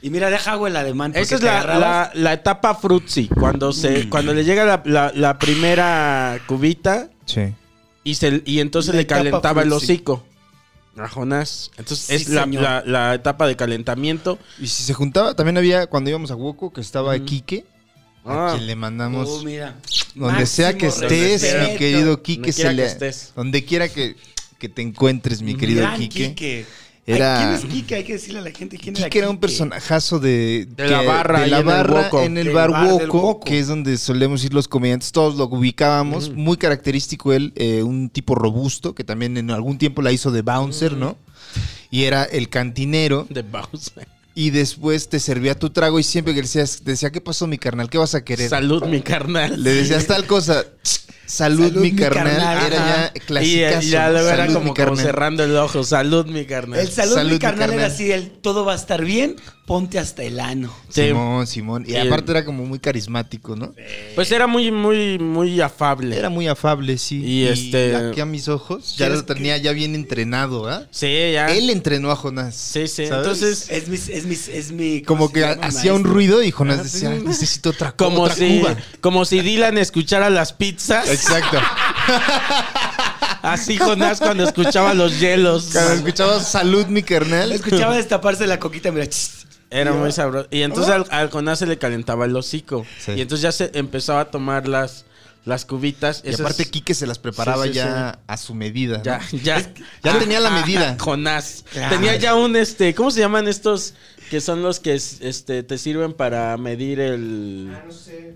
Speaker 5: Y mira, deja hago el ademán. porque
Speaker 4: Esa es
Speaker 5: te
Speaker 4: la,
Speaker 5: agarrabas.
Speaker 4: la- la etapa frutzi, cuando se, cuando le llega la, la- la primera cubita
Speaker 1: Sí.
Speaker 4: y se y entonces
Speaker 5: La
Speaker 4: le
Speaker 5: etapa
Speaker 4: calentaba el
Speaker 5: frutzi.
Speaker 4: hocico. A Jonás. Entonces
Speaker 5: Sí,
Speaker 4: es la,
Speaker 5: señor.
Speaker 4: la- la etapa de calentamiento.
Speaker 1: Y si se juntaba, también había cuando íbamos a Huoco que estaba Quique.
Speaker 4: Ah.
Speaker 1: A quien le mandamos
Speaker 5: Oh, mira.
Speaker 1: donde sea que
Speaker 5: Máximo
Speaker 1: estés,
Speaker 5: respeto.
Speaker 1: mi querido
Speaker 4: Donde
Speaker 1: Quique,
Speaker 4: quiera
Speaker 1: se
Speaker 4: que
Speaker 1: le-
Speaker 4: estés.
Speaker 1: donde quiera que, que te encuentres, mi querido
Speaker 5: Gran
Speaker 1: Quique. Quique.
Speaker 5: Quique.
Speaker 1: Era-
Speaker 5: Ay, ¿Quién es Quique? Hay que decirle a la gente quién era
Speaker 1: era un personajazo de,
Speaker 4: De la barra
Speaker 1: de
Speaker 4: ahí
Speaker 1: la
Speaker 4: en el
Speaker 1: barra
Speaker 4: Huoco.
Speaker 1: en el
Speaker 5: Del
Speaker 1: bar
Speaker 5: bar del
Speaker 1: Huoco,
Speaker 5: Huoco.
Speaker 1: que es donde solemos ir los comediantes. Todos lo ubicábamos.
Speaker 4: Mm.
Speaker 1: Muy característico él, eh, un tipo robusto que también en algún tiempo la hizo de bouncer,
Speaker 4: Mm.
Speaker 1: ¿no? Y era el cantinero.
Speaker 4: De Bowser.
Speaker 1: Y después te servía tu trago y siempre que decías, decía, ¿qué pasó, mi carnal? ¿Qué vas a querer?
Speaker 4: Salud, mi carnal.
Speaker 1: Le decías tal cosa. Salud,
Speaker 5: Salud,
Speaker 1: mi
Speaker 5: mi
Speaker 1: carnal.
Speaker 5: carnal.
Speaker 1: Era ya
Speaker 4: Ajá.
Speaker 1: clasicazo.
Speaker 4: Y, y ya luego era
Speaker 1: Salud,
Speaker 4: como,
Speaker 1: mi
Speaker 4: como
Speaker 1: carnal.
Speaker 4: cerrando el ojo. Salud, mi carnal.
Speaker 5: El salud,
Speaker 1: Salud,
Speaker 5: mi
Speaker 1: mi
Speaker 5: carnal era
Speaker 1: carnal.
Speaker 5: así, el todo va a estar bien, ponte hasta el ano.
Speaker 4: Sí.
Speaker 1: Simón, Simón. Y
Speaker 4: El-
Speaker 1: aparte era como muy carismático, ¿no?
Speaker 4: Pues era muy, muy, muy afable.
Speaker 1: Era muy afable, sí.
Speaker 4: Y este-
Speaker 1: Aquí a mis ojos ya lo tenía ya bien entrenado, ¿ah?
Speaker 4: Sí, ya.
Speaker 1: Él entrenó a Jonás.
Speaker 4: Sí, sí.
Speaker 1: ¿sabes?
Speaker 4: Entonces,
Speaker 5: Es mi, es mi, es mi ¿cómo
Speaker 1: Como
Speaker 5: se
Speaker 1: que
Speaker 5: llama,
Speaker 1: hacía un
Speaker 5: maestro?
Speaker 1: ruido y Jonás decía, necesito otra, co-
Speaker 4: como
Speaker 1: otra
Speaker 4: si,
Speaker 1: Cuba.
Speaker 4: como si Dylan escuchara las pizzas.
Speaker 1: Exacto.
Speaker 4: Así Jonás cuando escuchaba los hielos.
Speaker 1: Cuando escuchaba salud, mi carnal.
Speaker 5: Escuchaba destaparse la coquita, mira. chis.
Speaker 4: Era muy sabroso. Y entonces al, al Jonás se le calentaba el hocico.
Speaker 1: Sí.
Speaker 4: Y entonces ya se empezaba a tomar las, las cubitas.
Speaker 1: Y
Speaker 4: Esas-
Speaker 1: aparte Quique se las preparaba
Speaker 4: Sí, sí,
Speaker 1: ya a su medida. ¿no?
Speaker 4: Ya, ya. Ah,
Speaker 1: ya tenía la medida.
Speaker 4: Jonás.
Speaker 5: Claro.
Speaker 4: Tenía ya un este. ¿Cómo se llaman estos? Que son los que este, te sirven para medir el.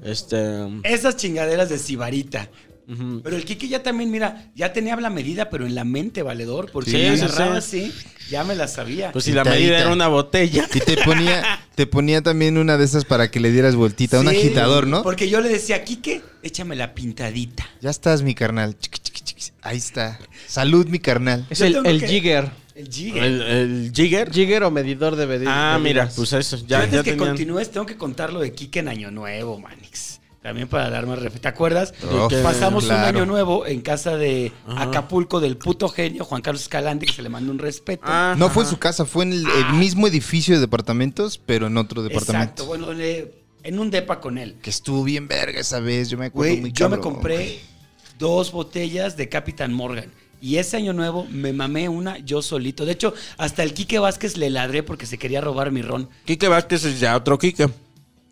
Speaker 4: Este.
Speaker 5: Esas chingaderas de sibarita.
Speaker 4: ujú.
Speaker 5: Pero el Kiki ya también, mira, ya tenía la medida, pero en la mente valedor, porque
Speaker 4: Sí,
Speaker 5: me
Speaker 4: sí,
Speaker 5: agarraba así, ya me la sabía.
Speaker 4: Pues si la
Speaker 1: Pintadita.
Speaker 4: medida era una botella.
Speaker 1: Y te ponía, te ponía también una de esas para que le dieras vueltita, un
Speaker 5: Sí,
Speaker 1: agitador, ¿no?
Speaker 5: Porque yo le decía, Quique, échame la pintadita.
Speaker 1: Ya estás, mi carnal. Chiqui, chiqui, chiqui. Ahí está. Salud, mi carnal.
Speaker 2: Es
Speaker 5: Yo
Speaker 2: el,
Speaker 5: tengo
Speaker 2: el
Speaker 5: que-
Speaker 2: jigger.
Speaker 5: El jigger.
Speaker 4: El, el Jigger.
Speaker 2: Jigger o medidor de bebida.
Speaker 4: Ah, mira, pues eso.
Speaker 5: Ya,
Speaker 4: Ya,
Speaker 5: antes
Speaker 4: ya
Speaker 5: que
Speaker 4: tenían.
Speaker 5: continúes, tengo que contar lo de Quique en Año Nuevo, Manix. También para dar más respeto. ¿Te acuerdas?
Speaker 1: Oh,
Speaker 5: Que Pasamos un
Speaker 1: claro.
Speaker 5: año nuevo en casa de
Speaker 4: Ajá.
Speaker 5: Acapulco del puto genio Juan Carlos Escalante, que se le manda un respeto.
Speaker 4: Ah,
Speaker 1: No fue en
Speaker 4: ajá.
Speaker 1: su casa, fue en el, el mismo edificio de departamentos, pero en otro
Speaker 5: Exacto.
Speaker 1: departamento.
Speaker 5: Bueno, donde en un depa con él.
Speaker 1: Que estuvo bien verga esa vez. Yo me acuerdo
Speaker 5: Güey,
Speaker 1: muy
Speaker 5: yo me
Speaker 1: cabrón,
Speaker 5: compré
Speaker 1: güey.
Speaker 5: dos botellas de Capitán Morgan. Y ese año nuevo me mamé una yo solito. De hecho, hasta el Quique Vázquez le ladré porque se quería robar mi ron.
Speaker 4: Quique Vázquez es ya otro Quique.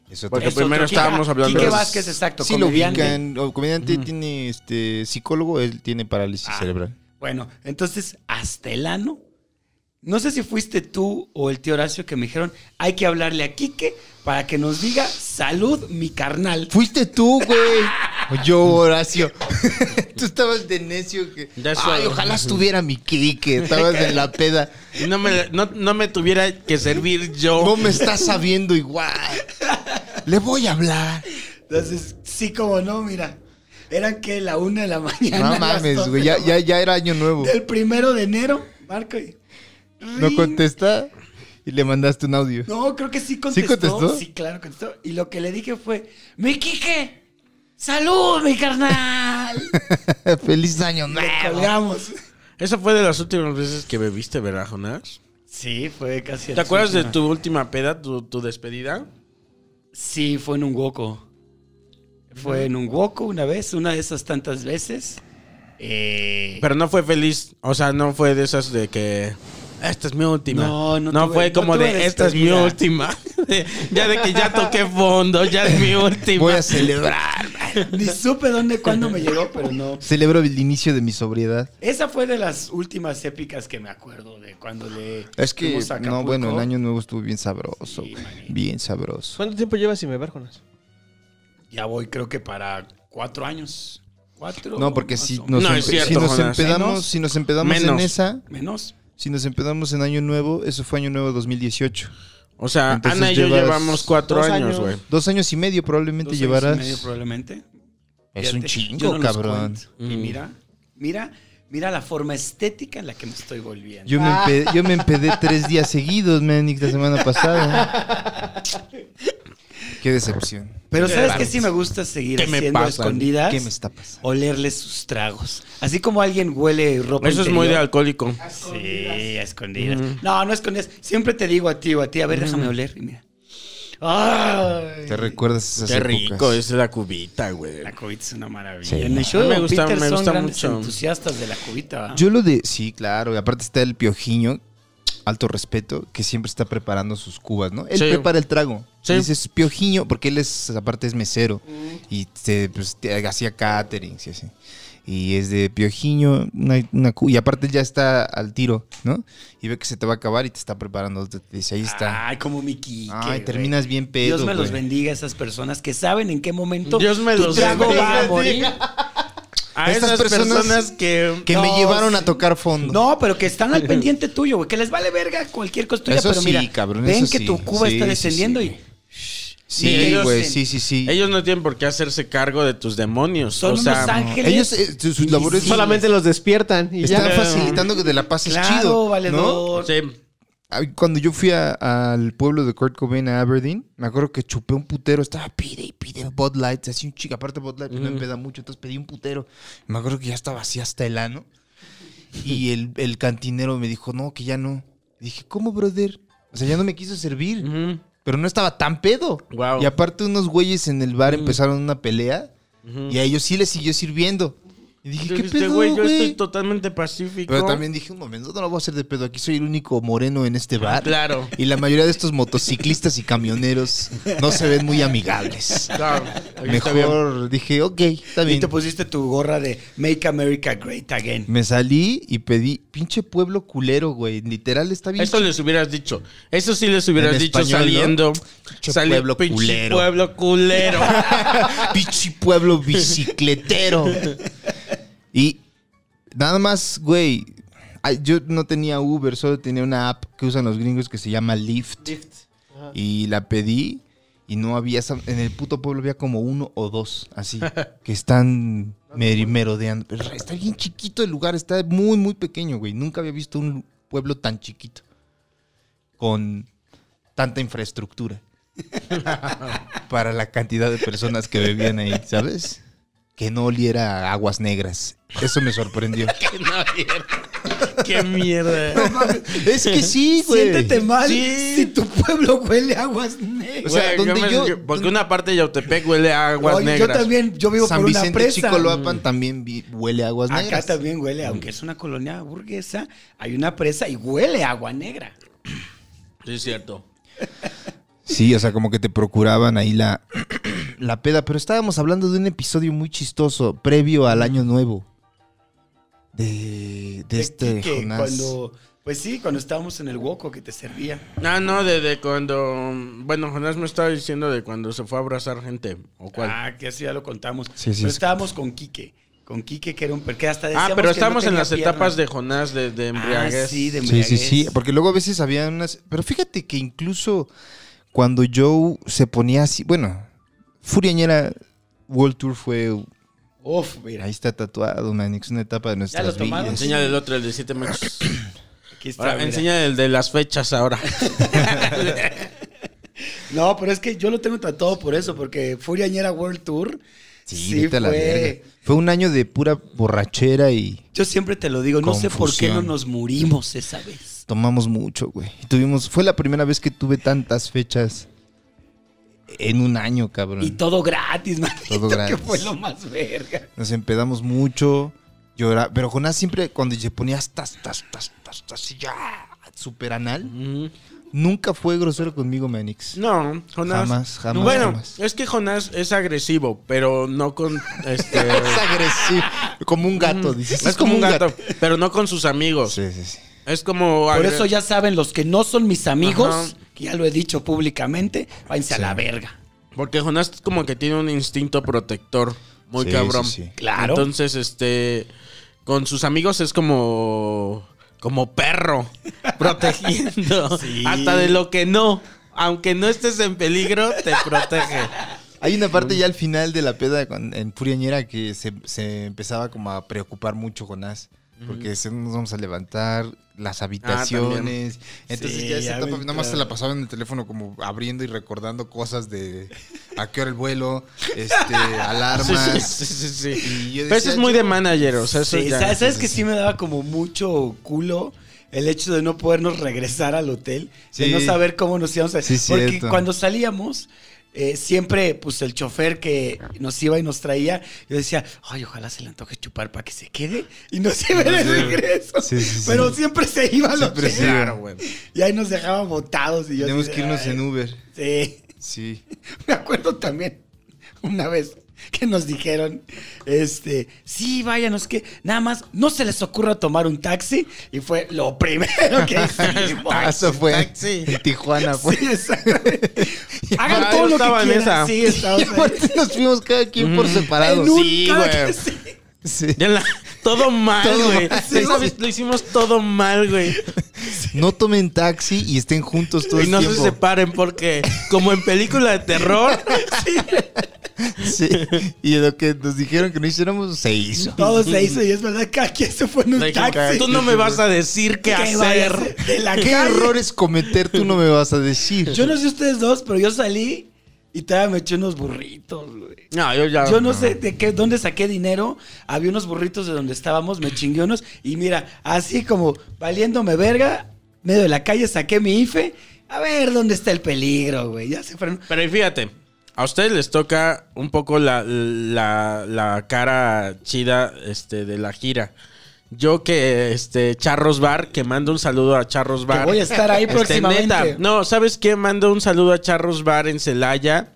Speaker 1: Eso
Speaker 4: Porque
Speaker 5: Es otro
Speaker 4: primero
Speaker 5: Quique-
Speaker 4: estábamos hablando
Speaker 5: Quique
Speaker 4: de-
Speaker 5: Vázquez, exacto,
Speaker 1: Sí, lo
Speaker 5: comediante.
Speaker 1: ubican. O comediante tiene este psicólogo, él tiene parálisis
Speaker 5: Ah.
Speaker 1: cerebral.
Speaker 5: Bueno, entonces, hasta el ano. No sé si fuiste tú o el tío Horacio que me dijeron, hay que hablarle a Quique para que nos diga, salud, mi carnal.
Speaker 1: Fuiste tú, güey. O Yo, Horacio. tú estabas de necio que.
Speaker 4: Ya es
Speaker 1: Ay,
Speaker 4: hora.
Speaker 1: ojalá estuviera mi Kike. Estabas en la peda.
Speaker 4: Y No me, no, no me tuviera que servir yo.
Speaker 1: No me estás sabiendo igual. Le voy a hablar.
Speaker 5: Entonces, sí como no, mira. Eran que la una de la mañana.
Speaker 1: No
Speaker 5: las
Speaker 1: mames,
Speaker 5: dos
Speaker 1: güey.
Speaker 5: de la
Speaker 1: Ya, ya, ya era año nuevo.
Speaker 5: Del primero de enero, Marco. y-
Speaker 1: No contesta y le mandaste un audio.
Speaker 5: No, creo que sí contestó.
Speaker 1: contestó?
Speaker 5: Sí, claro, contestó. Y lo que le dije fue, mi Quique, salud, mi carnal.
Speaker 1: Feliz año
Speaker 5: Le
Speaker 1: nuevo.
Speaker 5: colgamos.
Speaker 4: Esa fue de las últimas veces que bebiste, ¿verdad, Jonás?
Speaker 5: Sí, fue casi.
Speaker 4: ¿Te acuerdas de tu última peda, tu, tu despedida?
Speaker 5: Sí, fue en un hueco. Fue en un hueco una vez, una de esas tantas veces. Eh,
Speaker 4: Pero no fue feliz. O sea, no fue de esas de que. Esta es mi última.
Speaker 5: No, no tuve-
Speaker 4: fue
Speaker 5: no
Speaker 4: como
Speaker 5: tuve
Speaker 4: de esta es mi
Speaker 5: despedida.
Speaker 4: última. ya de que ya toqué fondo, ya es mi última.
Speaker 1: Voy a celebrar.
Speaker 5: ni supe dónde, cuándo me llegó, pero no.
Speaker 1: Celebro el inicio de mi sobriedad.
Speaker 5: Esa fue de las últimas épicas que me acuerdo de cuando le.
Speaker 1: Es que,
Speaker 5: fuimos a
Speaker 1: no, bueno, el
Speaker 5: Acapulco.
Speaker 1: año nuevo estuvo bien sabroso,
Speaker 5: Sí,
Speaker 1: güey.
Speaker 5: manito.
Speaker 1: bien sabroso.
Speaker 2: ¿Cuánto tiempo llevas sin beber, Jonas?
Speaker 5: Ya voy, creo que para cuatro años. Cuatro.
Speaker 1: No, porque
Speaker 5: más
Speaker 1: si
Speaker 5: o
Speaker 1: nos,
Speaker 4: No,
Speaker 1: empe-
Speaker 4: es cierto,
Speaker 1: si nos
Speaker 4: Jonás.
Speaker 1: empedamos,
Speaker 5: Menos.
Speaker 1: si nos empedamos en
Speaker 4: Menos.
Speaker 1: esa,
Speaker 5: Menos.
Speaker 1: si nos empedamos en año nuevo, eso fue año nuevo 2018.
Speaker 4: O sea,
Speaker 1: Entonces
Speaker 4: Ana y yo
Speaker 1: llevas
Speaker 4: llevamos cuatro
Speaker 2: dos
Speaker 4: años,
Speaker 2: años.
Speaker 4: güey.
Speaker 1: Dos años y medio
Speaker 5: Dos
Speaker 1: probablemente
Speaker 5: años y
Speaker 1: llevarás.
Speaker 5: medio probablemente.
Speaker 1: es
Speaker 5: Fíjate,
Speaker 1: un
Speaker 5: yo
Speaker 1: chingo,
Speaker 5: no los
Speaker 1: cabrón. Mm.
Speaker 5: cuento. Y mira, mira, mira la forma estética en la que me estoy volviendo.
Speaker 1: Yo me, empe- yo me empedé tres días seguidos, Manic, la semana pasada. Qué decepción.
Speaker 5: Pero ¿sabes qué sí me gusta seguir
Speaker 4: ¿Qué me
Speaker 5: haciendo
Speaker 4: pasa?
Speaker 5: escondidas?
Speaker 1: ¿Qué me está pasando?
Speaker 5: Olerle sus tragos. Así como alguien huele ropa
Speaker 4: Eso es muy de
Speaker 5: interior.
Speaker 4: alcohólico.
Speaker 5: Sí, a escondidas. No, no a escondidas. Siempre te digo a ti o a ti, a ver, déjame oler. Y mira. ¡Ay!
Speaker 1: ¿Te recuerdas esas
Speaker 4: Qué
Speaker 1: épocas?
Speaker 4: rico es la cubita, güey.
Speaker 5: La cubita es una maravilla.
Speaker 1: Sí.
Speaker 5: En el show
Speaker 4: A mí
Speaker 5: me
Speaker 4: me gusta-
Speaker 5: gusta, Peter
Speaker 4: me
Speaker 5: son
Speaker 4: gusta
Speaker 5: grandes
Speaker 4: mucho.
Speaker 5: entusiastas de la cubita. ¿va?
Speaker 1: Yo lo de. Sí, claro. Y aparte está el piojiño, alto respeto, que siempre está preparando sus cubas, ¿no? Él
Speaker 4: Sí.
Speaker 1: prepara el trago.
Speaker 4: Sí.
Speaker 1: Y Dices piojiño, porque él es, aparte es mesero. Y te, pues, te hacía catering, sí, así. Y es de piojiño, una, una cu- Y aparte ya está al tiro, ¿no? Y ve que se te va a acabar y te está preparando. Te, te dice, ahí está.
Speaker 5: Ay, como mi Quique,
Speaker 1: Ay,
Speaker 5: güey.
Speaker 1: terminas bien pedo.
Speaker 5: Dios me los
Speaker 1: güey.
Speaker 5: bendiga a esas personas que saben en qué momento
Speaker 4: Dios me
Speaker 5: tu
Speaker 4: los
Speaker 5: trago va a
Speaker 4: bendiga.
Speaker 5: morir.
Speaker 4: A
Speaker 1: Estas
Speaker 4: esas
Speaker 1: personas-
Speaker 4: personas, que.
Speaker 1: Que me
Speaker 5: No,
Speaker 1: llevaron
Speaker 5: sí.
Speaker 1: a tocar fondo.
Speaker 5: No, pero que están al pendiente tuyo, güey. Que les vale verga cualquier cosa tuya,
Speaker 1: Eso
Speaker 5: pero
Speaker 1: sí,
Speaker 5: mira,
Speaker 1: cabrón,
Speaker 5: ven
Speaker 1: eso
Speaker 5: que
Speaker 1: sí.
Speaker 5: tu cuba
Speaker 1: Sí,
Speaker 5: está
Speaker 1: sí,
Speaker 5: descendiendo
Speaker 1: sí.
Speaker 5: y
Speaker 4: Sí,
Speaker 1: Sí,
Speaker 4: ellos-
Speaker 1: güey, sí, sí, sí.
Speaker 4: Ellos no tienen por qué hacerse cargo de tus demonios.
Speaker 5: son
Speaker 4: o sea,
Speaker 5: unos ángeles.
Speaker 1: Ellos, eh, sus, sus labores
Speaker 5: Sí.
Speaker 2: Solamente los despiertan y ya.
Speaker 1: están facilitando que te la pases
Speaker 5: claro,
Speaker 1: chido. ¿no?
Speaker 5: valedor.
Speaker 4: sí.
Speaker 1: Ay, Cuando yo fui a- al pueblo de Kurt Cobain a Aberdeen, me acuerdo que chupé un putero, estaba pide y pide Bud Light, se hacía un chico, aparte Bud Light no me peda mucho, entonces pedí un putero. Me acuerdo que ya estaba así hasta el ano. Y el, el cantinero me dijo, no, que ya no. Dije, ¿cómo, brother? O sea, ya no me quiso servir.
Speaker 4: Ujú.
Speaker 1: Pero no estaba tan pedo.
Speaker 4: Mm. Guau.
Speaker 1: Y aparte unos güeyes en el bar empezaron una pelea y a ellos sí les siguió sirviendo. Y dije, ¿qué
Speaker 4: Dijiste,
Speaker 1: pedo,
Speaker 4: güey,
Speaker 1: güey?
Speaker 4: yo estoy totalmente pacífico.
Speaker 1: Pero también dije, un momento, no lo voy a hacer de pedo. Aquí soy el único moreno en este bar.
Speaker 4: Claro.
Speaker 1: Y la mayoría de estos motociclistas y camioneros no se ven muy amigables.
Speaker 4: Claro, ahí está bien.
Speaker 1: Mejor dije, ok, está
Speaker 5: Y
Speaker 1: bien.
Speaker 5: te pusiste tu gorra de Make America Great Again.
Speaker 1: Me salí y pedí, pinche pueblo culero, güey. Literal, está bien.
Speaker 4: Eso
Speaker 1: chido.
Speaker 4: les hubieras dicho. Eso sí les hubieras
Speaker 1: En
Speaker 4: dicho
Speaker 1: español, ¿no?
Speaker 4: saliendo.
Speaker 1: Pinche
Speaker 4: sali-
Speaker 1: pueblo
Speaker 4: pinche
Speaker 1: culero.
Speaker 4: pueblo culero.
Speaker 1: Pichi pueblo bicicletero. Y nada más, güey. ay, Yo no tenía Uber, solo tenía una app que usan los gringos que se llama Lyft. Y la pedí y no había. esa- En el puto pueblo había como uno o dos así que están meri- merodeando. Pero está bien chiquito el lugar, está muy, muy pequeño, güey. Nunca había visto un pueblo tan chiquito con tanta infraestructura para la cantidad de personas que bebían ahí, ¿sabes? Que no oliera a aguas negras. Eso me sorprendió.
Speaker 4: Que no, Qué mierda.
Speaker 1: Es que sí, güey.
Speaker 5: Siéntete mal
Speaker 4: Sí.
Speaker 5: si tu pueblo huele a aguas
Speaker 4: O
Speaker 5: negras.
Speaker 4: sea,
Speaker 1: Güey,
Speaker 4: donde
Speaker 1: yo
Speaker 4: yo,
Speaker 1: me-
Speaker 4: porque una parte de Yautepec huele a aguas
Speaker 5: Oye,
Speaker 4: negras.
Speaker 5: Yo también, yo vivo
Speaker 1: San
Speaker 5: por
Speaker 1: Vicente
Speaker 5: una presa.
Speaker 1: Chicoloapan también vi- huele a aguas
Speaker 5: Acá
Speaker 1: negras.
Speaker 5: también huele, aunque es una colonia burguesa, hay una presa y huele a agua negra.
Speaker 4: Sí, es cierto.
Speaker 1: Sí, o sea, como que te procuraban ahí la, la peda. Pero estábamos hablando de un episodio muy chistoso previo al año nuevo. De, de este
Speaker 5: que
Speaker 1: Jonás.
Speaker 5: cuando, pues sí, cuando estábamos en el hueco que te servía.
Speaker 4: Ah, no, desde cuando. Bueno, Jonás me estaba diciendo de cuando se fue a abrazar gente. ¿O cuál? Ah,
Speaker 5: Ah, que eso ya lo contamos.
Speaker 1: Sí, sí, Ah,
Speaker 5: pero
Speaker 1: es-
Speaker 5: estábamos con Quique. Con Quique, que era un per- que hasta
Speaker 4: Ah, pero estamos en las etapas de Jonás de, Ah, de embriaguez.
Speaker 5: Ah, sí, de
Speaker 1: Sí, sí, sí.
Speaker 5: embriaguez.
Speaker 1: Porque luego a veces había unas. Pero fíjate que incluso cuando Joe se ponía así. Bueno, Furiañera World Tour fue.
Speaker 5: Uf, mira,
Speaker 1: Ahí está tatuado, man. Es una etapa de nuestras
Speaker 5: lo tomaron?
Speaker 1: vidas.
Speaker 4: Enseña el otro, el de siete meses.
Speaker 5: aquí está.
Speaker 4: Ahora,
Speaker 5: mira.
Speaker 4: enseña el de las fechas ahora.
Speaker 5: No, pero es que yo lo tengo tratado por eso, porque Furiañera World Tour.
Speaker 1: Sí, vete a la
Speaker 5: fue-
Speaker 1: verga. Fue un año de pura borrachera y
Speaker 5: Yo siempre te lo digo, no sé por qué no
Speaker 1: Confusión.
Speaker 5: nos murimos esa vez.
Speaker 1: tomamos mucho, güey. Y tuvimos. Fue la primera vez que tuve tantas fechas en un año, cabrón.
Speaker 5: Y todo gratis, manito,
Speaker 1: Mm. Todo gratis.
Speaker 5: que fue lo más verga.
Speaker 1: Nos empedamos mucho. Lloraba. Pero Jonás siempre, cuando se ponía tas, tas, tas, tas, tas, y ya, super anal, nunca fue grosero conmigo, Manix.
Speaker 4: No, Jonás.
Speaker 1: Jamás, jamás,
Speaker 4: Bueno,
Speaker 1: jamás.
Speaker 4: es que Jonás es agresivo, pero no con. Este,
Speaker 1: Es agresivo. Como un gato, dices.
Speaker 4: es como un gato, pero no con sus amigos.
Speaker 1: Sí, sí, sí.
Speaker 4: Es como.
Speaker 5: Por
Speaker 4: agre-
Speaker 5: eso ya saben, los que no son mis amigos,
Speaker 4: Ajá.
Speaker 5: que ya lo he dicho públicamente, váyanse a
Speaker 1: Sí.
Speaker 5: la verga.
Speaker 4: Porque Jonás como que tiene un instinto protector muy
Speaker 1: Sí,
Speaker 4: cabrón.
Speaker 1: sí, sí.
Speaker 5: Claro.
Speaker 4: Entonces, este, con sus amigos es como como perro protegiendo
Speaker 5: Sí.
Speaker 4: hasta de lo que no, aunque no estés en peligro, te protege.
Speaker 1: Hay una parte ya al final de la peda con- en Furiañera que se, se empezaba como a preocupar mucho Jonás. Porque se- nos vamos a levantar, las
Speaker 4: Ah,
Speaker 1: habitaciones. Entonces
Speaker 5: Sí,
Speaker 1: ya
Speaker 5: ya
Speaker 1: esa
Speaker 5: me
Speaker 1: etapa, nada más
Speaker 5: entraba.
Speaker 1: se la pasaba en el teléfono como abriendo y recordando cosas de a qué hora el vuelo, este, alarmas.
Speaker 4: Sí, sí, sí, sí.
Speaker 1: Y yo
Speaker 4: Pero eso
Speaker 1: decía,
Speaker 4: es muy de manager, o sea, eso
Speaker 5: Sí,
Speaker 4: ya-
Speaker 5: ¿Sabes, sabes que sí me daba como mucho culo el hecho de no podernos regresar al hotel, de
Speaker 1: Sí.
Speaker 5: no saber cómo nos íbamos a...
Speaker 1: Sí,
Speaker 5: Porque
Speaker 1: cierto.
Speaker 5: cuando salíamos, eh, siempre pues el chofer que nos iba y nos traía, yo decía, ay, ojalá se le antoje chupar para que se quede y nos iba de regreso.
Speaker 1: Sí, sí, sí.
Speaker 5: Pero siempre se iba al
Speaker 1: Siempre
Speaker 5: hotel.
Speaker 1: se iba. Claro,
Speaker 4: güey.
Speaker 5: Y ahí nos dejaban botados y yo...
Speaker 1: Tenemos
Speaker 5: así
Speaker 1: que
Speaker 5: de,
Speaker 1: irnos
Speaker 5: "Ay".
Speaker 1: en Uber.
Speaker 5: Sí.
Speaker 1: Sí.
Speaker 5: Me acuerdo también una vez que nos dijeron, este, sí, váyanos que nada más no se les ocurra tomar un taxi y fue lo primero que hicimos.
Speaker 1: Ah, eso fue
Speaker 4: taxi.
Speaker 1: en Tijuana. Fue.
Speaker 5: Sí, exactamente. Hagan
Speaker 4: Ah, yo
Speaker 5: todo lo que
Speaker 4: estaba en
Speaker 5: quieran.
Speaker 4: esa.
Speaker 5: Sí, estaba
Speaker 1: Y
Speaker 5: en
Speaker 1: aparte nos fuimos cada quien por separado.
Speaker 5: un
Speaker 4: Sí,
Speaker 5: taxi.
Speaker 1: Sí.
Speaker 4: Ya la- todo mal,
Speaker 1: Todo
Speaker 4: güey.
Speaker 1: mal,
Speaker 4: Esa
Speaker 1: sí.
Speaker 4: vez Lo hicimos todo mal, güey.
Speaker 1: No tomen taxi y estén juntos todo
Speaker 4: Y
Speaker 1: el
Speaker 4: no se
Speaker 1: tiempo.
Speaker 4: separen porque, como en película de terror,
Speaker 1: Sí. Y lo que nos dijeron que no hiciéramos, se hizo.
Speaker 5: Todo se hizo y es verdad que aquí se fue en un
Speaker 4: le dije,
Speaker 5: taxi.
Speaker 4: tú no me vas a decir qué,
Speaker 5: ¿Qué vaya a
Speaker 4: hacer.
Speaker 5: hacer? De la
Speaker 1: ¿Qué
Speaker 5: calle.
Speaker 1: errores cometer tú no me vas a decir?
Speaker 5: Yo no sé ustedes dos, pero yo salí y todavía me eché unos burritos, güey.
Speaker 4: No, yo ya.
Speaker 5: Yo no sé de qué, dónde saqué dinero. Había unos burritos de donde estábamos, me chingué unos. Y mira, así como valiéndome verga, medio de la calle saqué mi IFE. A ver dónde está el peligro, güey. Ya se frenó.
Speaker 4: Pero y fíjate, a ustedes les toca un poco la, la- la cara chida este, de la gira. Yo que, este, Charros Bar, que mando un saludo a Charros
Speaker 5: Que
Speaker 4: Bar.
Speaker 5: voy a estar ahí
Speaker 4: Este,
Speaker 5: próximamente.
Speaker 4: neta, no, ¿sabes qué? Mando un saludo a Charros Bar en Celaya.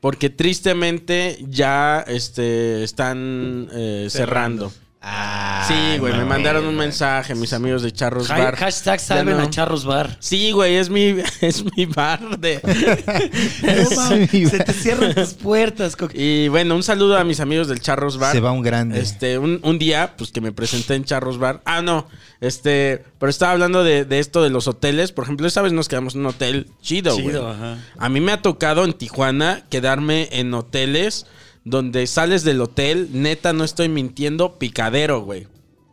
Speaker 4: Porque tristemente ya este, están eh, cerrando.
Speaker 5: Ah,
Speaker 4: Sí, güey, me
Speaker 5: no.
Speaker 4: mandaron un mensaje mis amigos de Charros
Speaker 5: Ha-
Speaker 4: Bar.
Speaker 5: Hashtag
Speaker 4: Ya
Speaker 5: salven
Speaker 4: no.
Speaker 5: a Charros Bar.
Speaker 4: Sí, güey, es mi, es mi bar de...
Speaker 5: No, mames,
Speaker 1: Sí,
Speaker 5: se te cierran tus puertas. co-
Speaker 4: y bueno, un saludo a mis amigos del Charros Bar.
Speaker 1: Se va un grande.
Speaker 4: Este, un, un día, pues que me presenté en Charros Bar. Ah, no. Este, pero estaba hablando de, de esto de los hoteles. Por ejemplo, esa vez nos quedamos en un hotel chido, güey.
Speaker 5: Chido, ajá.
Speaker 4: A mí me ha tocado en Tijuana quedarme en hoteles donde sales del hotel, neta, no estoy mintiendo, picadero, güey.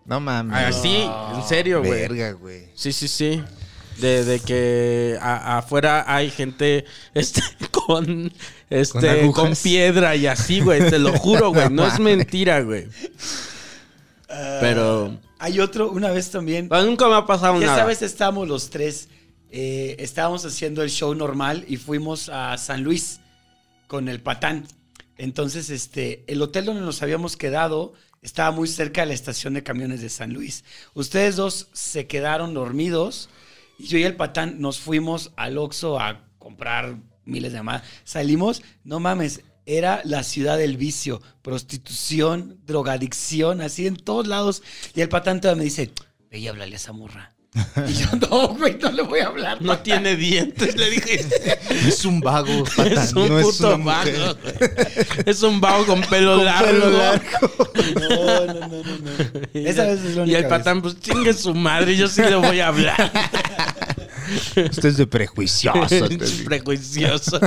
Speaker 1: No mames.
Speaker 4: Así, en serio, Ah, güey.
Speaker 1: Verga, güey.
Speaker 4: Sí, sí, sí. De, de que a- afuera hay gente este, con este con,
Speaker 1: agujas.
Speaker 4: piedra y así, güey. Te lo juro, güey. No es mentira, güey. Pero
Speaker 5: Hay otro, una vez también.
Speaker 4: Pero nunca me ha pasado
Speaker 5: Ya
Speaker 4: nada.
Speaker 5: sabes, estábamos los tres. eh, estábamos haciendo el show normal y fuimos a San Luis con el patán. Entonces, este, el hotel donde nos habíamos quedado estaba muy cerca de la estación de camiones de San Luis. Ustedes dos se quedaron dormidos y yo y el patán nos fuimos al Oxxo a comprar miles de más. Salimos, no mames, era la ciudad del vicio, prostitución, drogadicción, así en todos lados. Y el patán todavía me dice, ve y háblale a esa morra. Y yo, no, güey, no le voy a hablar.
Speaker 4: No tiene dientes, le dije.
Speaker 1: Es un vago, pata,
Speaker 4: Es un
Speaker 1: no es
Speaker 4: puto
Speaker 1: una mujer.
Speaker 4: vago. Es un vago con pelo largo.
Speaker 5: No, no, no, no, no. Esa vez es la
Speaker 4: y
Speaker 5: única
Speaker 4: el
Speaker 5: vez.
Speaker 4: patán, pues chingue su madre, yo sí le voy a hablar.
Speaker 1: Usted es de prejuicioso. te
Speaker 4: es
Speaker 1: digo.
Speaker 4: prejuicioso.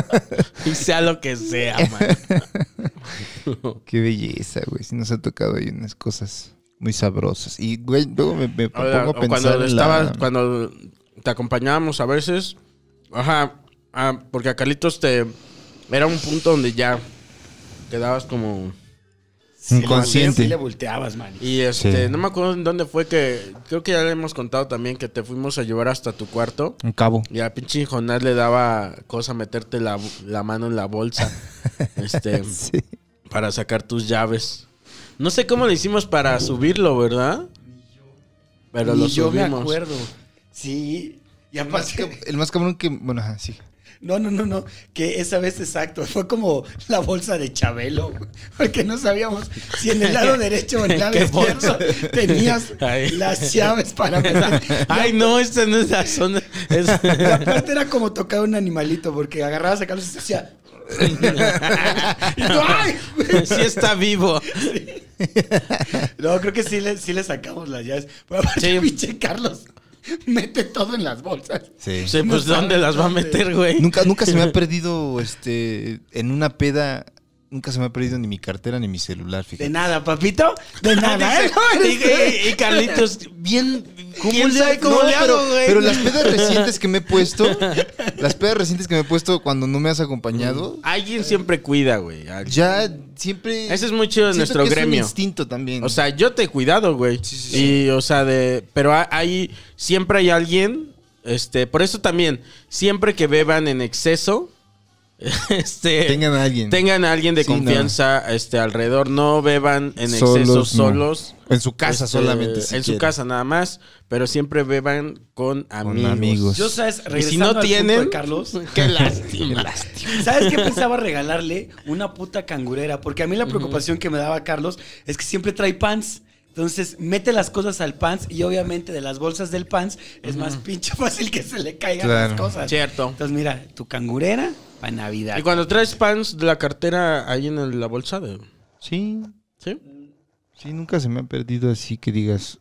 Speaker 4: Y sea lo que sea, man.
Speaker 1: Qué belleza, güey. Si nos ha tocado ahí unas cosas muy sabrosas. Y, güey, luego me, me
Speaker 4: Ahora,
Speaker 1: pongo a
Speaker 4: o
Speaker 1: pensar
Speaker 4: cuando
Speaker 1: en la-
Speaker 4: estaba- cuando te acompañábamos a veces, ajá, ah, porque a Carlitos te era un punto donde ya quedabas como
Speaker 5: Sí, le
Speaker 1: inconsciente.
Speaker 5: volteé, sí le volteabas, man.
Speaker 4: y este,
Speaker 1: Sí.
Speaker 4: no me acuerdo en dónde fue que creo que ya le hemos contado también que te fuimos a llevar hasta tu cuarto.
Speaker 1: un cabo.
Speaker 4: Y a pinche Jonás le daba cosa meterte la, la mano en la bolsa este,
Speaker 1: Sí.
Speaker 4: para sacar tus llaves. No sé cómo le hicimos para subirlo, ¿verdad? Pero
Speaker 5: Ni
Speaker 4: lo
Speaker 5: yo me
Speaker 4: subimos.
Speaker 5: acuerdo. Sí. Y aparte,
Speaker 1: El más cabrón que. Bueno, ajá, sí.
Speaker 5: no, no, no, no, que esa vez exacto, fue como la bolsa de Chabelo, porque no sabíamos si en el lado derecho o en el lado
Speaker 4: ¿Qué
Speaker 5: izquierdo
Speaker 4: bolsa?
Speaker 5: tenías
Speaker 4: Ahí.
Speaker 5: las llaves para meter.
Speaker 4: Ay, no, esta no es la zona. es-
Speaker 5: Y aparte era como tocar un animalito, porque agarrabas a Carlos y se hacía... Y tú, ¡ay!
Speaker 4: sí está vivo.
Speaker 5: No, creo que sí le, sí le sacamos las llaves. Pero aparte,
Speaker 4: Sí.
Speaker 5: pinche Carlos, mete todo en las bolsas.
Speaker 1: Sí.
Speaker 4: Sí, pues ¿dónde las va a meter, güey?
Speaker 1: Nunca, nunca se me ha perdido, este, en una peda, nunca se me ha perdido ni mi cartera ni mi celular,
Speaker 5: De
Speaker 1: fíjate.
Speaker 5: nada, papito. De nada, ¿eh? No, eres
Speaker 4: Y, y- y Carlitos, bien. ¿Quién sabe
Speaker 1: hago?
Speaker 4: cómo
Speaker 1: No,
Speaker 4: le hago,
Speaker 1: pero,
Speaker 4: güey?
Speaker 1: pero las pedas recientes que me he puesto, las pedas recientes que me he puesto cuando no me has acompañado,
Speaker 4: Alguien siempre cuida, güey. Alguien.
Speaker 1: ya siempre...
Speaker 4: Eso Mm. es muy chido de
Speaker 1: siento
Speaker 4: nuestro
Speaker 1: que
Speaker 4: gremio.
Speaker 1: Es un instinto también.
Speaker 4: O sea, yo te he cuidado, güey. Y, o sea, de. Pero ha- hay. Siempre hay alguien. Este. Por eso también. Siempre que beban en exceso. Este.
Speaker 1: tengan a alguien.
Speaker 4: tengan a alguien de
Speaker 1: Sí, no.
Speaker 4: confianza este, alrededor. No beban en exceso
Speaker 1: Solos, no.
Speaker 4: solos.
Speaker 1: En su casa
Speaker 4: Este,
Speaker 1: solamente. si
Speaker 4: en su
Speaker 1: quieren.
Speaker 4: casa nada más. Pero siempre beban con amigos.
Speaker 1: amigos.
Speaker 5: Yo, ¿sabes?
Speaker 4: Y si
Speaker 5: Regresando al
Speaker 4: no
Speaker 5: punto
Speaker 4: tienen.
Speaker 5: de Carlos,
Speaker 4: Qué lástima.
Speaker 5: ¿sabes qué pensaba regalarle? Una puta cangurera. Porque a mí la preocupación que me daba Carlos es que siempre trae pants. Entonces, mete las cosas al pants y obviamente de las bolsas del pants es más pinche fácil que se le caigan las
Speaker 1: Claro.
Speaker 5: cosas.
Speaker 4: Cierto.
Speaker 5: Entonces, mira, tu cangurera para Navidad.
Speaker 4: Y cuando traes pants de la cartera ahí en el- la bolsa de.
Speaker 1: Sí,
Speaker 4: ¿Sí?
Speaker 1: sí, nunca se me ha perdido así que digas...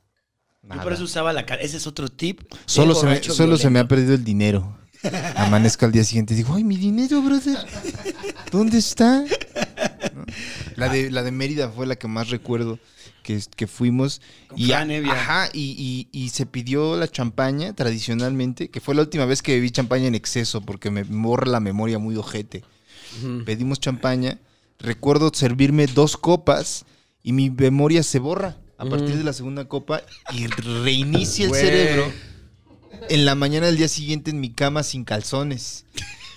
Speaker 5: Yo por eso usaba la cara. Ese es otro tip. de
Speaker 1: Solo, se me,
Speaker 5: borracho
Speaker 1: solo se me ha
Speaker 5: violento.
Speaker 1: perdido el dinero. Amanezco al día siguiente y digo, ay, mi dinero, brother. ¿Dónde está? ¿No? La de, la de Mérida fue la que más recuerdo que, es- que fuimos.
Speaker 5: Con
Speaker 1: Y,
Speaker 5: Fran Evia.
Speaker 1: ajá, y, y- y se pidió la champaña tradicionalmente, que fue la última vez que bebí champaña en exceso, porque me borra la memoria muy ojete. Pedimos champaña. Recuerdo servirme dos copas y mi memoria se borra a partir de la segunda copa y reinicia el
Speaker 4: Güey.
Speaker 1: cerebro en la mañana del día siguiente en mi cama sin calzones.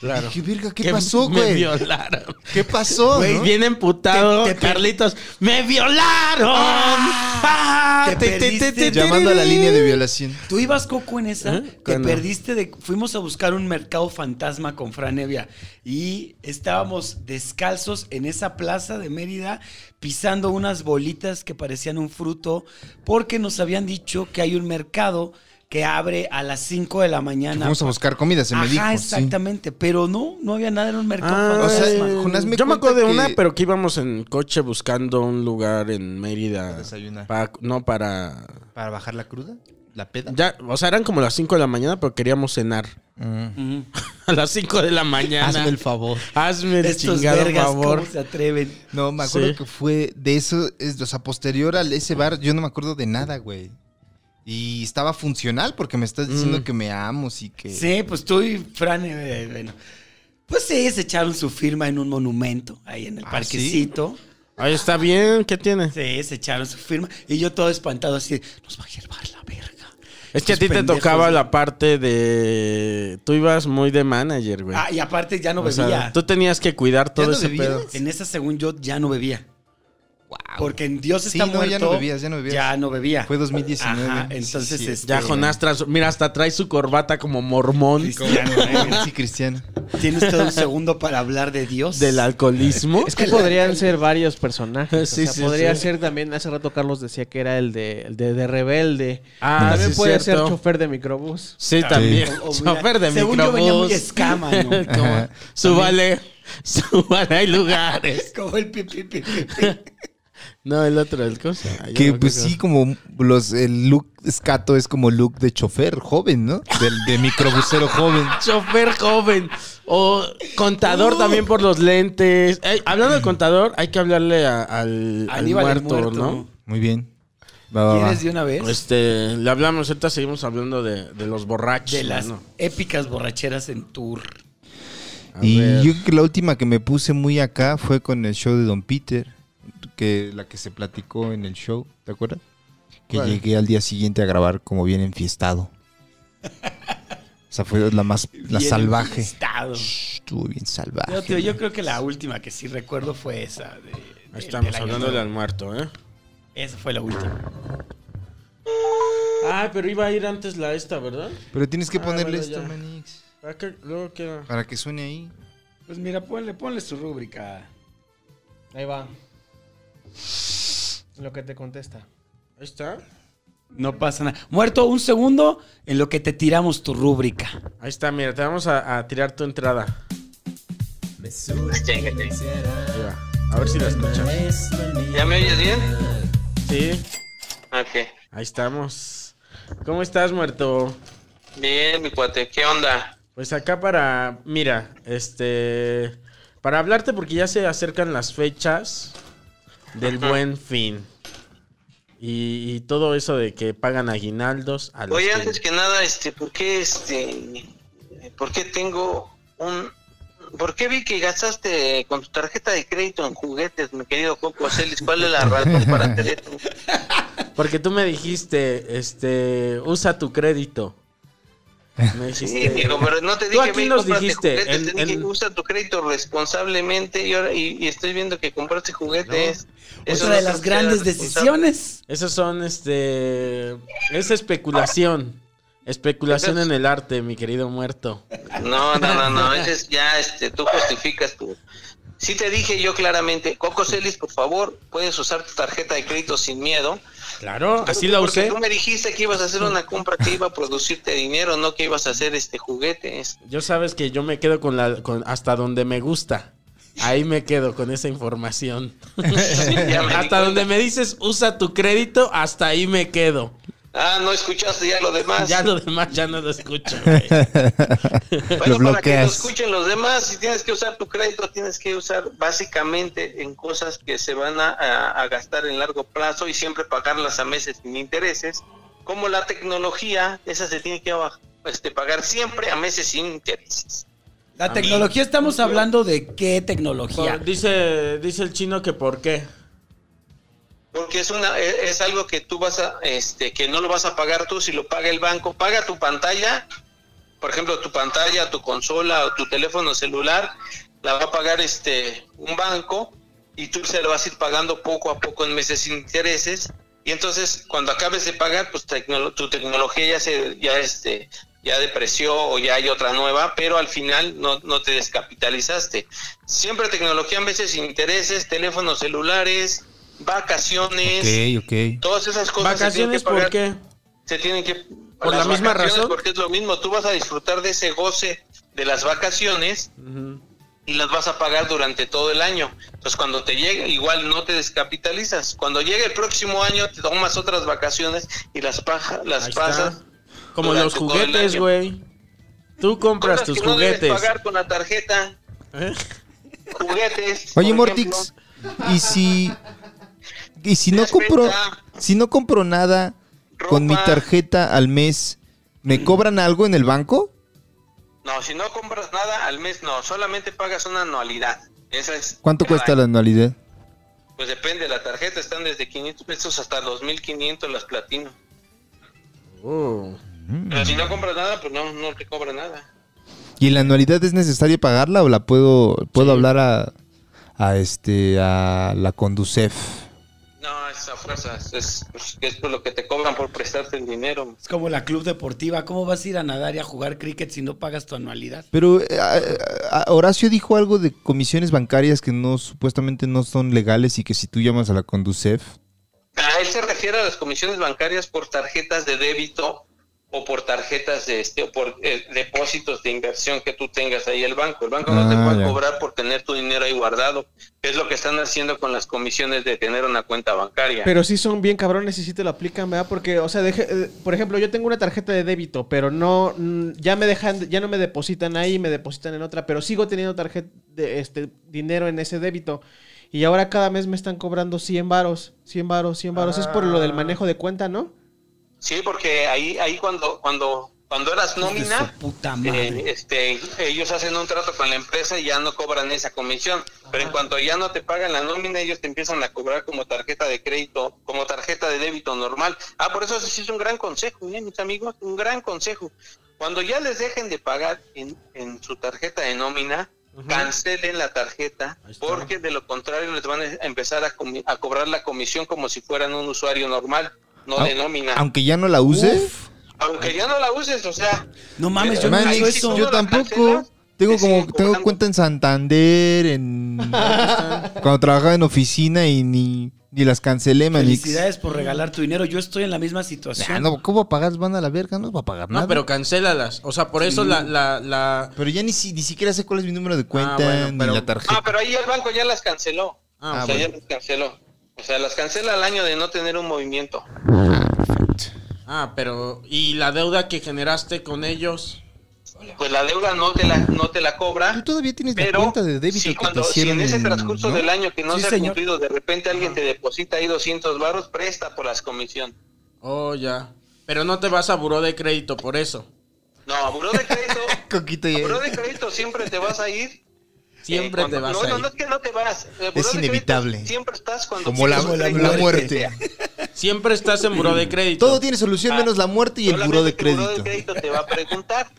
Speaker 4: Claro.
Speaker 1: Dije, verga, ¿qué
Speaker 4: Que
Speaker 1: pasó,
Speaker 4: Me
Speaker 1: güey?
Speaker 4: violaron.
Speaker 1: ¿Qué pasó?
Speaker 4: Güey,
Speaker 1: no?
Speaker 4: bien emputado,
Speaker 5: Te- te per-
Speaker 4: Carlitos. ¡Me violaron! Ah,
Speaker 5: Te perdiste.
Speaker 1: Llamando a la línea de violación.
Speaker 5: Tú ibas Coco en esa,
Speaker 4: ¿Eh?
Speaker 5: te
Speaker 4: ¿Cuándo?
Speaker 5: perdiste de. Fuimos a buscar un mercado fantasma con Fran Evia y estábamos descalzos en esa plaza de Mérida pisando unas bolitas que parecían un fruto porque nos habían dicho que hay un mercado que abre a las 5 de la mañana.
Speaker 1: Vamos a buscar comida, se me dijo.
Speaker 5: Ajá,
Speaker 1: sí.
Speaker 5: exactamente, pero no, no había nada, era un mercado
Speaker 4: Ah,
Speaker 1: O sea,
Speaker 5: fantasma.
Speaker 1: Jonás me
Speaker 4: yo me
Speaker 1: cuenta
Speaker 4: acuerdo de
Speaker 1: que-
Speaker 4: una, pero que íbamos en coche buscando un lugar en Mérida.
Speaker 1: Para desayunar.
Speaker 4: Pa- no, para...
Speaker 1: ¿Para bajar la cruda? ¿La peda?
Speaker 4: Ya, o sea, eran como las 5 de la mañana, pero queríamos cenar.
Speaker 1: Mm.
Speaker 5: Ujú.
Speaker 4: A las 5 de la mañana.
Speaker 1: Ah,
Speaker 4: Hazme el favor. Hazme el
Speaker 5: Estos
Speaker 4: chingado
Speaker 5: vergas,
Speaker 4: favor.
Speaker 5: ¿cómo se atreven?
Speaker 1: No, me acuerdo
Speaker 4: Sí.
Speaker 1: que fue de eso, es, o sea, posterior a ese bar, yo no me acuerdo de nada, güey. Y estaba funcional porque me estás diciendo
Speaker 4: Mm.
Speaker 1: que me amo, y que...
Speaker 4: Eh,
Speaker 5: Sí, pues tú y Fran, eh, bueno. Pues sí, se echaron su firma en un monumento ahí en el
Speaker 1: ¿Ah,
Speaker 5: parquecito.
Speaker 4: Ahí está bien, ¿qué tiene?
Speaker 5: Sí, se echaron su firma. Y yo todo espantado así, de, nos va a llevar la verga.
Speaker 4: Es que a
Speaker 5: Estos
Speaker 4: ti te
Speaker 5: pendejos.
Speaker 4: tocaba la parte de. Tú ibas muy de manager, güey.
Speaker 5: Ah, y aparte ya no
Speaker 4: O sea,
Speaker 5: bebía.
Speaker 4: tú tenías que cuidar todo
Speaker 1: no
Speaker 4: ese
Speaker 1: bebías?
Speaker 4: pedo.
Speaker 5: En esa, según yo, ya no bebía. Porque en Dios está
Speaker 1: no,
Speaker 5: muerto.
Speaker 1: ya no bebías, ya no bebías.
Speaker 5: Ya no bebía.
Speaker 1: Fue 2019.
Speaker 5: Ajá,
Speaker 1: Sí,
Speaker 5: entonces,
Speaker 1: sí.
Speaker 5: este,
Speaker 4: Ya Jonás, tras- mira, hasta trae su corbata como mormón
Speaker 5: Cristiano, ¿eh?
Speaker 1: Sí, Cristiano.
Speaker 5: ¿Tiene usted un segundo para hablar de Dios?
Speaker 4: del alcoholismo.
Speaker 2: Es que podrían ser varios personajes.
Speaker 4: Sí,
Speaker 2: o sea,
Speaker 4: sí,
Speaker 2: podría
Speaker 4: sí.
Speaker 2: ser también, hace rato Carlos decía que era el de, el de, de rebelde.
Speaker 4: Ah,
Speaker 2: también
Speaker 4: sí,
Speaker 2: puede
Speaker 4: cierto.
Speaker 2: ser chofer de microbús.
Speaker 4: Sí, también.
Speaker 5: O- o mira,
Speaker 4: Chofer de
Speaker 5: según yo venía muy
Speaker 4: microbús.
Speaker 5: escama, ¿no?
Speaker 4: Como,
Speaker 1: Ajá.
Speaker 4: Súbale, súbale, hay lugares.
Speaker 5: Como el pi, pi, pi, pi, pi.
Speaker 4: No, el otro, el cosa. Ay,
Speaker 1: Que
Speaker 4: yo no
Speaker 1: pues
Speaker 4: creo.
Speaker 1: sí, como los, el look escato es como look de chofer joven, ¿no? Del, de microbusero joven.
Speaker 4: Chofer joven o contador también por los lentes. Ey, hablando de contador, hay que hablarle a- al, al
Speaker 5: Aníbal el
Speaker 4: muerto,
Speaker 5: muerto.
Speaker 4: ¿no?
Speaker 1: Muy bien. Va, va, va.
Speaker 5: ¿Quieres de una vez?
Speaker 4: Este, le hablamos, ahorita seguimos hablando de, de los borrachos.
Speaker 5: de las
Speaker 4: mano.
Speaker 5: épicas borracheras en tour.
Speaker 4: A
Speaker 1: Y
Speaker 4: ver.
Speaker 1: yo creo que la última que me puse muy acá fue con el show de Don Peter, que la que se platicó en el show, ¿te acuerdas? Que
Speaker 4: ¿Cuál?
Speaker 1: llegué al día siguiente a grabar como bien enfiestado. O sea, fue la más la
Speaker 5: Bien
Speaker 1: salvaje.
Speaker 5: enfiestado.
Speaker 1: Shh, Estuvo bien salvaje.
Speaker 5: No, tío, yo creo que la última que sí recuerdo fue esa. De,
Speaker 4: Ahí
Speaker 5: del-
Speaker 4: estamos
Speaker 5: del año
Speaker 4: hablando
Speaker 5: nuevo.
Speaker 4: del muerto, ¿eh?
Speaker 5: Esa fue la última.
Speaker 4: Ah, pero iba a ir antes la esta, ¿verdad?
Speaker 1: Pero tienes que
Speaker 4: Ah,
Speaker 1: ponerle
Speaker 4: bueno, ya.
Speaker 1: esto, Manix,
Speaker 4: Para que luego queda.
Speaker 1: para que suene ahí.
Speaker 5: Pues mira, ponle, ponle su rúbrica.
Speaker 2: Ahí va. Lo que te contesta.
Speaker 4: Ahí está.
Speaker 5: No pasa nada. Muerto, un segundo en lo que te tiramos tu rúbrica.
Speaker 4: Ahí está, mira, te vamos a, a tirar tu entrada. Ahí va. A ver si la escuchas.
Speaker 8: ¿Ya me oyes bien?
Speaker 4: Sí,
Speaker 8: Ok.
Speaker 4: ahí estamos. ¿Cómo estás, muerto?
Speaker 8: Bien, mi cuate, ¿qué onda?
Speaker 4: Pues acá para, mira, este, para hablarte porque ya se acercan las fechas del
Speaker 8: Ajá.
Speaker 4: buen fin. Y, y todo eso de que pagan aguinaldos a los
Speaker 8: Oye,
Speaker 4: que-
Speaker 8: antes que nada, este, ¿por qué este, por qué tengo un, por qué vi que gastaste con tu tarjeta de crédito en juguetes, mi querido Coco Celis? ¿Cuál es la razón para hacer esto?
Speaker 4: Porque tú me dijiste, este, usa tu crédito. Me
Speaker 8: Sí,
Speaker 4: dijiste.
Speaker 8: digo, pero no te
Speaker 4: Tú
Speaker 8: dije,
Speaker 4: aquí
Speaker 8: "Ve y
Speaker 4: nos
Speaker 8: cómprate
Speaker 4: dijiste,
Speaker 8: juguetes",
Speaker 4: en-
Speaker 8: te dije,
Speaker 4: en-
Speaker 8: usa tu crédito responsablemente y, ahora, y, y estoy viendo que compraste juguetes. Eso
Speaker 5: Otra de
Speaker 8: no
Speaker 5: las
Speaker 8: creo que sea
Speaker 5: grandes
Speaker 8: responsable.
Speaker 5: decisiones.
Speaker 4: Esos son, este, es especulación. Especulación en el arte, mi querido muerto.
Speaker 8: No, no, no, no, ese es ya, este, tú justificas tu... Sí te dije yo claramente, Coco Celis, por favor, puedes usar tu tarjeta de crédito sin miedo.
Speaker 4: Claro, así
Speaker 8: Porque
Speaker 4: la usé.
Speaker 8: Tú me dijiste que ibas a hacer una compra que iba a producirte dinero, no que ibas a hacer este juguetes.
Speaker 4: Yo sabes que yo me quedo con la con hasta donde me gusta. Ahí me quedo con esa información.
Speaker 8: Ya me di
Speaker 4: hasta donde
Speaker 8: cuenta.
Speaker 4: me dices usa tu crédito, hasta ahí me quedo.
Speaker 8: Ah, no escuchaste ya lo demás.
Speaker 4: Ya lo demás ya no lo escucho. güey.
Speaker 8: Bueno,
Speaker 1: Lo
Speaker 8: para que lo
Speaker 1: bloqueas.
Speaker 8: escuchen los demás, si tienes que usar tu crédito, tienes que usar básicamente en cosas que se van a, a- a gastar en largo plazo y siempre pagarlas a meses sin intereses, como la tecnología, esa se tiene que baj- este, pagar siempre a meses sin intereses.
Speaker 5: La tecnología, estamos hablando de qué
Speaker 4: Por-
Speaker 5: tecnología.
Speaker 4: dice dice el chino que por qué.
Speaker 8: Porque es una e- es algo que tú vas a este que no lo vas a pagar tú si lo paga el banco, paga tu pantalla, por ejemplo, tu pantalla, tu consola o tu teléfono celular la va a pagar este un banco y tú se lo vas a ir pagando poco a poco en meses sin intereses y entonces cuando acabes de pagar, pues tecnolo- tu tecnología ya se ya este ya depreció o ya hay otra nueva, pero al final no, no te descapitalizaste. Siempre tecnología en veces sin intereses, teléfonos celulares, vacaciones,
Speaker 1: Ok, ok.
Speaker 8: todas esas cosas se tienen que
Speaker 4: Vacaciones por
Speaker 8: pagar,
Speaker 4: qué?
Speaker 8: se tienen que
Speaker 4: ¿Por la
Speaker 8: las
Speaker 4: misma
Speaker 8: vacaciones,
Speaker 4: razón?
Speaker 8: porque es lo mismo tú vas a disfrutar de ese goce de las vacaciones
Speaker 4: Ujú.
Speaker 8: y las vas a pagar durante todo el año entonces cuando te llegue igual no te descapitalizas cuando llegue el próximo año te tomas otras vacaciones y las paja, las
Speaker 4: Ahí está.
Speaker 8: pasas
Speaker 4: Como los
Speaker 8: durante todo el
Speaker 4: juguetes,
Speaker 8: año.
Speaker 4: güey. Tú compras
Speaker 8: Cosas
Speaker 4: tus
Speaker 8: que no debes
Speaker 4: juguetes.
Speaker 8: pagar con la tarjeta
Speaker 4: ¿Eh?
Speaker 8: juguetes
Speaker 1: Oye,
Speaker 8: por
Speaker 1: Mortix,
Speaker 8: ejemplo.
Speaker 1: ¿y si y si no
Speaker 8: Espera.
Speaker 1: compro si no compro nada con mi
Speaker 8: Ropa.
Speaker 1: tarjeta al mes, ¿me cobran algo en el banco?
Speaker 8: no si no compras nada al mes no solamente pagas una anualidad esa es
Speaker 1: ¿Cuánto
Speaker 8: cada
Speaker 1: cuesta
Speaker 8: año.
Speaker 1: la anualidad?
Speaker 8: Pues depende, la tarjeta están desde 500 pesos hasta 2500 las platino.
Speaker 9: Oh.
Speaker 8: Pero si no compras nada, pues no, no te cobra nada.
Speaker 10: ¿Y la anualidad es necesario pagarla o la puedo puedo hablar a, a este a la Conducef?
Speaker 8: No, es a fuerzas, es, pues, es por lo que te cobran por prestarte el dinero.
Speaker 5: Es como la club deportiva. ¿Cómo vas a ir a nadar y a jugar cricket si no pagas tu anualidad?
Speaker 10: Pero eh, a- a- Horacio dijo algo de comisiones bancarias que no supuestamente no son legales y que si tú llamas a la Conducef,
Speaker 8: A él se refiere a las comisiones bancarias por tarjetas de débito o por tarjetas de este, o por eh, depósitos de inversión que tú tengas ahí el banco. El banco no te
Speaker 10: Ah,
Speaker 8: puede
Speaker 10: ya.
Speaker 8: cobrar por tener tu dinero ahí guardado, que es lo que están haciendo con las comisiones de tener una cuenta bancaria.
Speaker 2: Pero sí son bien cabrones y sí te lo aplican, ¿verdad? Porque, o sea, deje- eh, por ejemplo, yo tengo una tarjeta de débito, pero no, mm, ya me dejan, ya no me depositan ahí, me depositan en otra, pero sigo teniendo tarjeta de este dinero en ese débito. Y ahora cada mes me están cobrando 100 varos, 100 varos, 100 varos. Es por lo
Speaker 4: Ah.
Speaker 2: del manejo de cuenta, ¿no?
Speaker 8: Sí, porque ahí, ahí cuando, cuando, cuando eras
Speaker 5: Hijos de
Speaker 8: nómina,
Speaker 5: su puta
Speaker 8: eh,
Speaker 5: madre.
Speaker 8: este, ellos hacen un trato con la empresa y ya no cobran esa comisión. Pero en cuanto ya no te pagan la nómina, ellos te empiezan a cobrar como tarjeta de crédito, como tarjeta de débito normal. Ah, por eso sí es un gran consejo, ¿eh, mis amigos, un gran consejo. Cuando ya les dejen de pagar en, en su tarjeta de nómina, cancelen la tarjeta, porque de lo contrario les van a empezar a, comi- a cobrar la comisión como si fueran un usuario normal, no
Speaker 5: Ah,
Speaker 8: de nómina.
Speaker 10: aunque ya no la use,
Speaker 8: Aunque ya no la uses, o sea,
Speaker 5: No mames, yo no
Speaker 10: Manix,
Speaker 5: hago
Speaker 8: Manix,
Speaker 5: eso.
Speaker 10: yo tampoco. Tengo
Speaker 8: Te siguen
Speaker 10: como tengo
Speaker 8: cobrando.
Speaker 10: cuenta en Santander, en cuando trabajaba en oficina y ni, ni las cancelé, manix.
Speaker 5: Felicidades por regalar tu dinero. Yo estoy en la misma
Speaker 10: Ah,
Speaker 5: situación.
Speaker 10: no, ¿cómo pagas? Van a la verga, no va a pagar nada.
Speaker 4: No, pero cancélalas. O sea, por eso la, la, la-
Speaker 10: Pero ya ni, si- ni siquiera sé cuál es mi número de cuenta,
Speaker 4: Ah, bueno,
Speaker 10: ni
Speaker 4: pero-
Speaker 10: la tarjeta.
Speaker 8: ah, pero ahí el banco ya las canceló.
Speaker 4: Ah,
Speaker 8: o sea, ya las canceló. O sea, las cancela al año de no tener un movimiento.
Speaker 4: Ah, pero. ¿Y la deuda que generaste con ellos?
Speaker 8: Pues la deuda no te la, no te la
Speaker 10: Tú
Speaker 8: cobra.
Speaker 10: todavía tienes la
Speaker 8: Pero
Speaker 10: cuenta de débito
Speaker 8: si,
Speaker 10: que
Speaker 8: cuando,
Speaker 10: te
Speaker 8: si
Speaker 10: hicieron.
Speaker 8: en ese
Speaker 10: en-
Speaker 8: transcurso
Speaker 10: ¿no?
Speaker 8: del año que no
Speaker 5: Sí,
Speaker 8: se ha
Speaker 5: señor.
Speaker 8: cumplido, de repente alguien te deposita ahí 200 baros, presta por las comisiones.
Speaker 4: Oh, ya. Pero no te vas a buró de crédito por eso.
Speaker 8: No, buró de crédito,
Speaker 10: Coquito
Speaker 8: a
Speaker 10: y-
Speaker 8: buró de crédito siempre te vas a ir.
Speaker 4: Siempre
Speaker 8: eh, cuando-
Speaker 4: te vas
Speaker 8: no,
Speaker 4: a
Speaker 8: No,
Speaker 4: ir.
Speaker 8: no es que no te vas. El buró de crédito
Speaker 10: inevitable.
Speaker 8: Siempre estás cuando
Speaker 10: Como la,
Speaker 8: tienes un
Speaker 10: la-
Speaker 8: crédito.
Speaker 10: la muerte.
Speaker 4: Siempre estás en buró de crédito.
Speaker 10: Todo tiene solución menos la muerte y el
Speaker 8: Ah, Solamente
Speaker 10: buró de
Speaker 8: el buró
Speaker 10: crédito.
Speaker 8: te va a preguntar.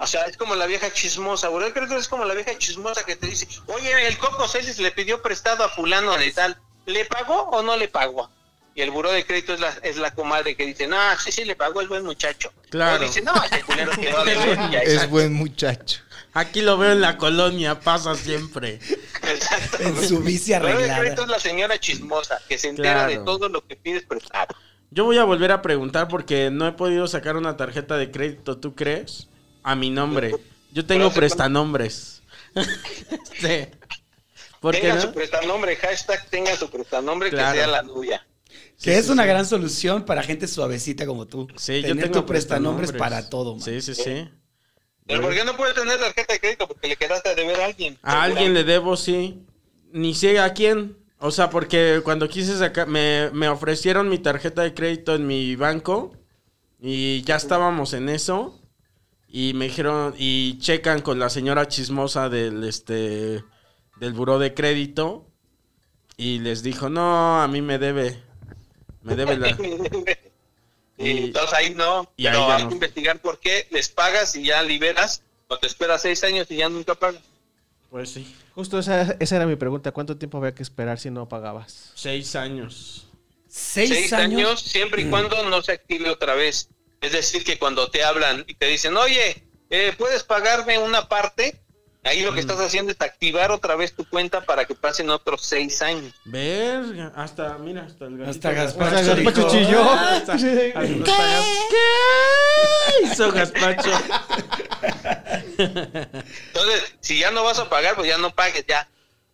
Speaker 8: O sea, es como la vieja chismosa. Buró de crédito es como la vieja chismosa que te dice, oye, el Coco Celis le pidió prestado a fulano de tal. ¿Le pagó o no le pagó? Y el buró de crédito es la, es la comadre que dice, no, sí, sí, le pagó, es buen muchacho.
Speaker 4: Claro.
Speaker 8: O dice, no, ese culero quedó a deber". Ya,
Speaker 10: Es
Speaker 8: exacto,
Speaker 10: buen muchacho.
Speaker 4: Aquí lo veo en la colonia, pasa siempre.
Speaker 8: exacto.
Speaker 5: En su bici
Speaker 8: El buró de
Speaker 5: arreglada.
Speaker 8: crédito es la señora chismosa que se entera
Speaker 4: Claro.
Speaker 8: de todo lo que pides prestado.
Speaker 4: Yo voy a volver a preguntar porque no he podido sacar una tarjeta de crédito, ¿tú crees? A mi nombre. Yo tengo
Speaker 8: hace cuánto-
Speaker 4: prestanombres. sí. ¿Por qué
Speaker 8: Tenga su
Speaker 4: no?
Speaker 8: prestanombre, hashtag tenga su prestanombre
Speaker 4: Claro.
Speaker 8: que sea la novia.
Speaker 5: Que es una gran solución para gente suavecita como tú.
Speaker 4: Sí, yo
Speaker 5: Tener
Speaker 4: tengo
Speaker 5: tu prestanombres para todo, man.
Speaker 4: Sí, sí, sí.
Speaker 8: Pero ¿por qué no puede tener tarjeta de crédito? Porque le quedaste a deber a alguien.
Speaker 4: A alguien le debo, sí. Ni sé a quién. O sea, porque cuando quise sacar, me, me ofrecieron mi tarjeta de crédito en mi banco y ya estábamos en eso. Y me dijeron, y checan con la señora chismosa del, este, del buró de crédito. Y les dijo, no, a mí me debe. Me debe la...
Speaker 8: Y entonces ahí no.
Speaker 4: y ahí
Speaker 8: pero
Speaker 4: ya
Speaker 8: hay
Speaker 4: no.
Speaker 8: que investigar por qué les pagas y ya liberas. O te esperas seis años y ya nunca pagas.
Speaker 4: Pues sí,
Speaker 2: Justo esa, esa era mi pregunta. ¿Cuánto tiempo había que esperar si no pagabas?
Speaker 4: seis años.
Speaker 5: Seis,
Speaker 8: Seis
Speaker 5: años.
Speaker 8: años, siempre
Speaker 4: Mm.
Speaker 8: y cuando no se active otra vez. Es decir, que cuando te hablan y te dicen, oye, eh, ¿puedes pagarme una parte? Ahí
Speaker 4: Mm.
Speaker 8: lo que estás haciendo es activar otra vez tu cuenta para que pasen otros seis años.
Speaker 4: Verga, hasta, mira, hasta el gatito.
Speaker 5: Hasta
Speaker 2: O sea,
Speaker 5: Gaspacho.
Speaker 2: Gaspacho
Speaker 5: dijo,
Speaker 2: chilló.
Speaker 4: Hasta-
Speaker 2: Sí.
Speaker 4: hasta- ¿Qué hizo Gaspacho?
Speaker 8: Entonces, si ya no vas a pagar, pues ya no pagues, ya.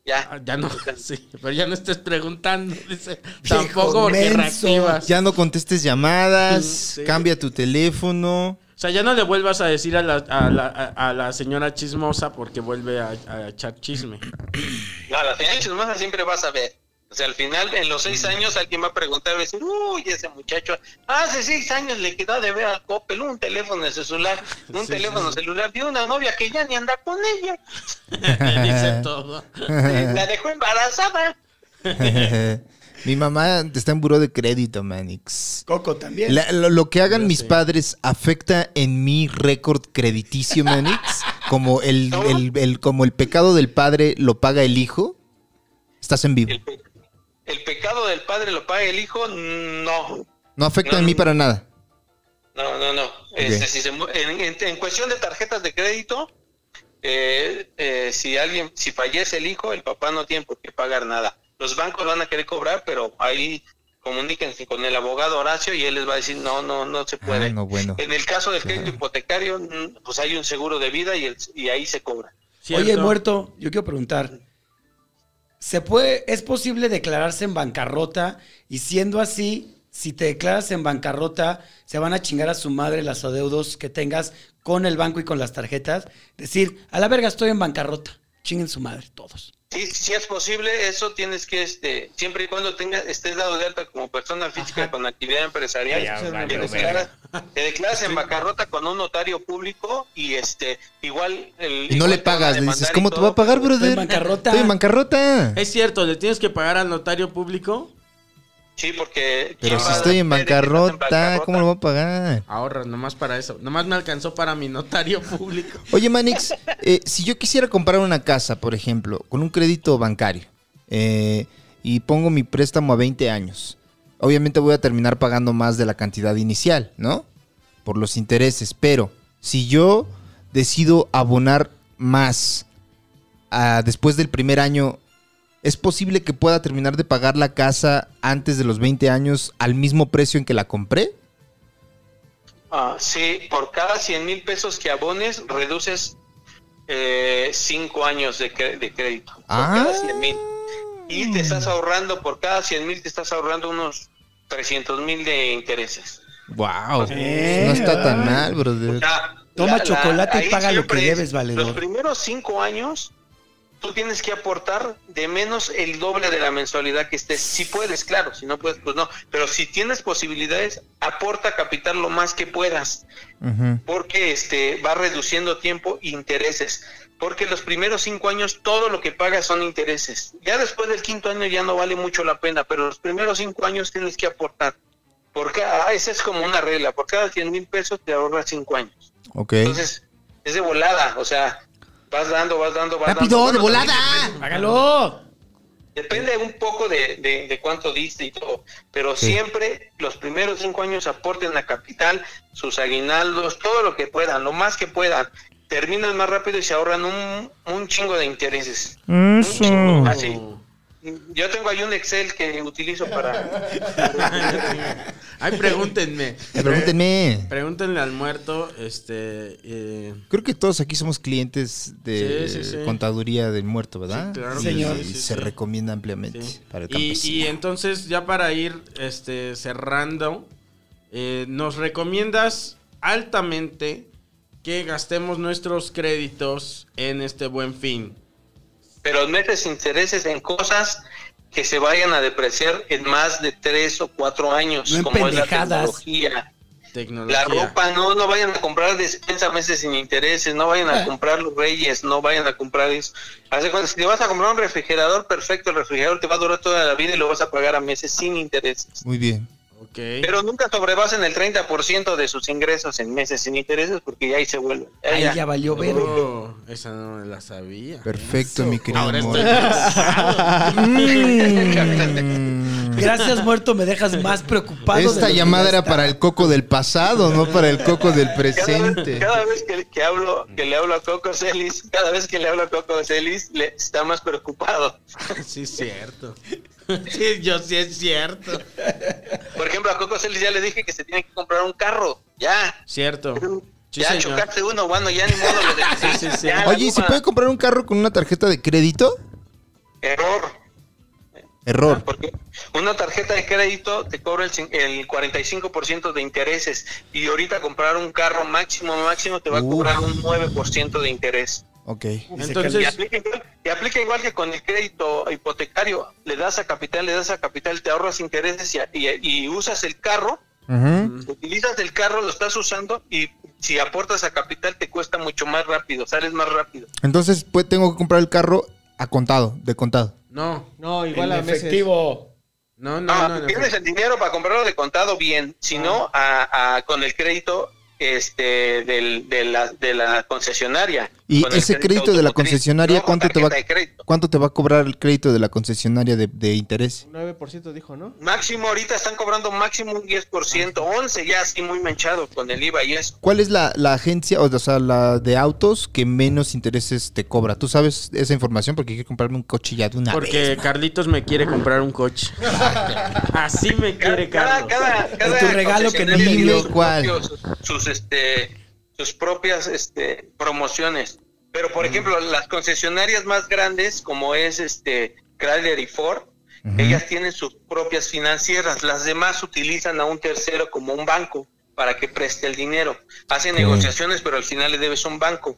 Speaker 8: Ya.
Speaker 4: Ah, Ya no, sí, pero ya no estés preguntando, dice.
Speaker 5: Viejo
Speaker 4: Tampoco porque
Speaker 5: menso.
Speaker 4: reactivas.
Speaker 10: Ya no contestes llamadas,
Speaker 4: Sí.
Speaker 10: cambia tu teléfono.
Speaker 4: O sea, ya no le vuelvas a decir a la, a la, a- a la señora chismosa porque vuelve a, a echar chisme.
Speaker 8: No, la señora chismosa siempre vas a ver. O sea, al final, en los seis años, alguien va a preguntar, va a decir, uy, ese muchacho, hace seis años le quedó de ver al Coppel un teléfono de celular, un
Speaker 4: Sí,
Speaker 8: teléfono celular de una novia que ya ni anda con ella.
Speaker 4: Le dice todo.
Speaker 8: La dejó embarazada.
Speaker 10: Mi mamá está en buró de crédito, Manix.
Speaker 5: Coco también.
Speaker 10: La- lo, lo que hagan mis padres afecta en mi récord crediticio, Manix. Como el, el- el- como el pecado del padre lo paga el hijo. Estás en vivo.
Speaker 8: El, pe- el pecado del padre lo paga el hijo, no.
Speaker 10: No afecta en mí para nada.
Speaker 8: No, no, no. Este, si se mu- en, en- en cuestión de tarjetas de crédito, eh, eh, si alguien, si fallece el hijo, el papá no tiene por qué pagar nada. Los bancos van a querer cobrar, pero ahí comuníquense con el abogado Horacio y él les va a decir, no, no, no se puede.
Speaker 10: Ah, no, bueno.
Speaker 8: En el caso del crédito hipotecario, mm, pues hay un seguro de vida y, el- y ahí se cobra.
Speaker 5: Oye, muerto, yo quiero preguntar. ¿Se puede, es posible declararse en bancarrota? Y siendo así, si te declaras en bancarrota, se van a chingar a su madre las adeudos que tengas con el banco y con las tarjetas. Decir, a la verga estoy en bancarrota. Chinguen su madre, todos.
Speaker 8: Sí, sí es posible, eso tienes que, este, siempre y cuando tengas, estés dado de alta como persona física con actividad empresarial,
Speaker 11: Ya, ya,
Speaker 8: te,
Speaker 11: valió
Speaker 8: declaras, te declaras en bancarrota con un notario público y este, igual... El,
Speaker 10: Y no
Speaker 8: igual
Speaker 10: le
Speaker 8: te van a
Speaker 10: pagas. Le
Speaker 8: demandar
Speaker 10: dices,
Speaker 8: y
Speaker 10: ¿cómo te
Speaker 8: todo,
Speaker 10: va a pagar,
Speaker 8: pero-
Speaker 10: brother?
Speaker 5: Estoy en bancarrota.
Speaker 10: Estoy en bancarrota.
Speaker 4: Es cierto, le tienes que pagar al notario público.
Speaker 8: Sí, porque...
Speaker 10: Pero
Speaker 8: ¿quién
Speaker 10: si
Speaker 8: va a
Speaker 10: estoy en
Speaker 8: hacer que estás en
Speaker 10: bancarrota, ¿cómo lo voy a pagar?
Speaker 4: Ahorra, nomás para eso. Nomás me alcanzó para mi notario público.
Speaker 10: Oye, Manix, eh, si yo quisiera comprar una casa, por ejemplo, con un crédito bancario, eh, y pongo mi préstamo a 20 años, obviamente voy a terminar pagando más de la cantidad inicial, ¿no? Por los intereses, pero si yo decido abonar más ah, después del primer año, ¿es posible que pueda terminar de pagar la casa antes de los 20 años al mismo precio en que la compré?
Speaker 8: Ah, sí, por cada 100 mil pesos que abones, reduces eh, cinco años de, cre- de crédito. Por
Speaker 10: Ah.
Speaker 8: cada 100 mil. Y te estás ahorrando, por cada 100 mil, te estás ahorrando unos 300 mil de intereses.
Speaker 10: ¡Wow!
Speaker 5: Eh,
Speaker 10: no está tan
Speaker 5: ay.
Speaker 10: mal,
Speaker 1: Pues
Speaker 10: brother.
Speaker 8: La-
Speaker 5: Toma chocolate y
Speaker 8: ahí
Speaker 5: paga lo
Speaker 8: siempre
Speaker 5: que
Speaker 8: es,
Speaker 5: debes, valedor.
Speaker 8: Los primeros cinco años, tú tienes que aportar de menos el doble de la mensualidad que estés. Si puedes, claro, si no puedes, pues no. Pero si tienes posibilidades, aporta capital lo más que puedas.
Speaker 10: Ujú.
Speaker 8: porque este va reduciendo tiempo e intereses. Porque los primeros cinco años todo lo que pagas son intereses. Ya después del quinto año ya no vale mucho la pena, pero los primeros cinco años tienes que aportar. Porque ah, esa es como una regla. Por cada 100 mil pesos te ahorras cinco años.
Speaker 10: Ok.
Speaker 8: Entonces es de volada. O sea, vas dando, vas dando, vas
Speaker 10: ¡Rápido,
Speaker 8: dando.
Speaker 10: de
Speaker 8: Bueno,
Speaker 10: volada!
Speaker 5: ¡Hágalo!
Speaker 8: Depende un poco de, de- de cuánto diste y todo, pero
Speaker 10: Sí.
Speaker 8: siempre los primeros cinco años aporten a capital, sus aguinaldos, todo lo que puedan, lo más que puedan. Terminan más rápido y se ahorran un, un chingo de intereses. Un
Speaker 4: Oh.
Speaker 8: chingo,
Speaker 5: Ah,
Speaker 8: así. Yo tengo ahí un Excel que utilizo para...
Speaker 4: Ay, pregúntenme.
Speaker 10: Eh, Pregúntenme.
Speaker 4: Pregúntenle al muerto, este... eh,
Speaker 10: Creo que todos aquí somos clientes de
Speaker 4: Sí, sí, sí.
Speaker 10: contaduría del muerto, ¿verdad?
Speaker 4: Sí, claro
Speaker 10: Y
Speaker 4: que sí, sí,
Speaker 10: se
Speaker 4: sí.
Speaker 10: recomienda ampliamente
Speaker 4: Sí.
Speaker 10: para el
Speaker 4: y,
Speaker 10: campesino.
Speaker 4: y entonces, ya para ir este, cerrando, eh, nos recomiendas altamente que gastemos nuestros créditos en este buen fin.
Speaker 8: Pero metes intereses en cosas que se vayan a depreciar en más de tres o cuatro años,
Speaker 5: No en
Speaker 8: como es la
Speaker 5: pendejadas.
Speaker 8: tecnología.
Speaker 4: Tecnología.
Speaker 8: La ropa, no, no vayan a comprar despensa meses sin intereses, no vayan a comprar los reyes, no vayan a comprar eso. Hace cuenta, si te vas a comprar un refrigerador, perfecto, el refrigerador te va a durar toda la vida y lo vas a pagar a meses sin intereses.
Speaker 10: Muy bien.
Speaker 4: Ok.
Speaker 8: Pero nunca sobrepasen el 30% de sus ingresos en meses sin intereses porque ya ahí se vuelve. ya,
Speaker 5: Ahí
Speaker 8: ya.
Speaker 5: ya valió ver.
Speaker 4: Oh, esa no me la sabía.
Speaker 10: Perfecto, mi querido.
Speaker 4: Ahora
Speaker 10: amor.
Speaker 4: estoy cansado.
Speaker 10: Mm.
Speaker 5: Gracias, muerto, me dejas más preocupado. de lo
Speaker 10: Esta
Speaker 5: que
Speaker 10: llamada
Speaker 5: ya
Speaker 10: era
Speaker 5: está.
Speaker 10: para el coco del pasado, no para el coco del
Speaker 8: Cada
Speaker 10: presente.
Speaker 8: vez, cada vez que, que hablo, que le hablo a Coco Celis, cada vez que le hablo a Coco Celis, le está más preocupado.
Speaker 4: Sí, es cierto. Sí, yo sí es cierto.
Speaker 8: Por ejemplo, a Coco Celis ya le dije que se tiene que comprar un carro, ya.
Speaker 4: Cierto. Sí,
Speaker 8: ya
Speaker 4: señor.
Speaker 8: chocaste uno, bueno, ya ni modo lo de...
Speaker 4: Sí, sí, sí.
Speaker 8: Ya, la
Speaker 10: Oye, ¿y ¿se
Speaker 8: goma.
Speaker 10: puede comprar un carro con una tarjeta de crédito?
Speaker 8: Error.
Speaker 10: Error.
Speaker 8: Porque una tarjeta de crédito te cobra el, cin- el 45% de intereses y ahorita comprar un carro máximo, máximo te va a
Speaker 10: Uf.
Speaker 8: cobrar un 9% de interés.
Speaker 10: Ok.
Speaker 5: Sí.
Speaker 8: Y
Speaker 4: Entonces,
Speaker 8: aplica, igual, y aplica igual que con el crédito hipotecario, le das a capital, le das a capital, te ahorras intereses y, y- y usas el carro,
Speaker 10: Ujú.
Speaker 4: Mm.
Speaker 8: utilizas el carro, lo estás usando y si aportas a capital te cuesta mucho más rápido, sales más rápido.
Speaker 10: Entonces, pues, tengo que comprar el carro a contado, de contado.
Speaker 4: No,
Speaker 2: No, igual
Speaker 12: En
Speaker 2: a meses.
Speaker 12: efectivo.
Speaker 4: no, no,
Speaker 8: Ah,
Speaker 4: no, Ah. no.
Speaker 8: tienes el dinero para comprarlo de contado bien, sino a, a- con el crédito este del, de, la, de la concesionaria.
Speaker 10: Y
Speaker 8: Con el
Speaker 10: ese crédito de la
Speaker 8: automotriz,
Speaker 10: concesionaria,
Speaker 8: no con
Speaker 10: ¿cuánto te va-
Speaker 8: tarjeta de crédito.
Speaker 10: ¿Cuánto te va a cobrar el crédito de la concesionaria de, de interés?
Speaker 2: 9% dijo, ¿no?
Speaker 8: Máximo, ahorita están cobrando máximo un 10%,
Speaker 4: Ah.
Speaker 8: 11 ya así muy manchado con el IVA y eso.
Speaker 10: ¿Cuál es la, la agencia, o sea, la de autos que menos intereses te cobra? ¿Tú sabes esa información? Porque quiero comprarme un coche ya de una
Speaker 4: Porque
Speaker 10: vez.
Speaker 4: Carlitos me quiere comprar un coche. Así me quiere
Speaker 8: Cada,
Speaker 4: Carlos.
Speaker 8: cada, cada
Speaker 5: tu regalo que no
Speaker 8: concesionaria tiene
Speaker 10: pidió,
Speaker 8: sus
Speaker 10: ¿cuál?
Speaker 8: propios- Sus, sus, este, sus propias este, promociones. Pero,
Speaker 5: Mm.
Speaker 8: por ejemplo, las concesionarias más grandes, como es este Chrysler y Ford, ellas tienen sus propias financieras. Las demás utilizan a un tercero como un banco para que preste el dinero. Hacen negociaciones, pero al final le debes a un banco.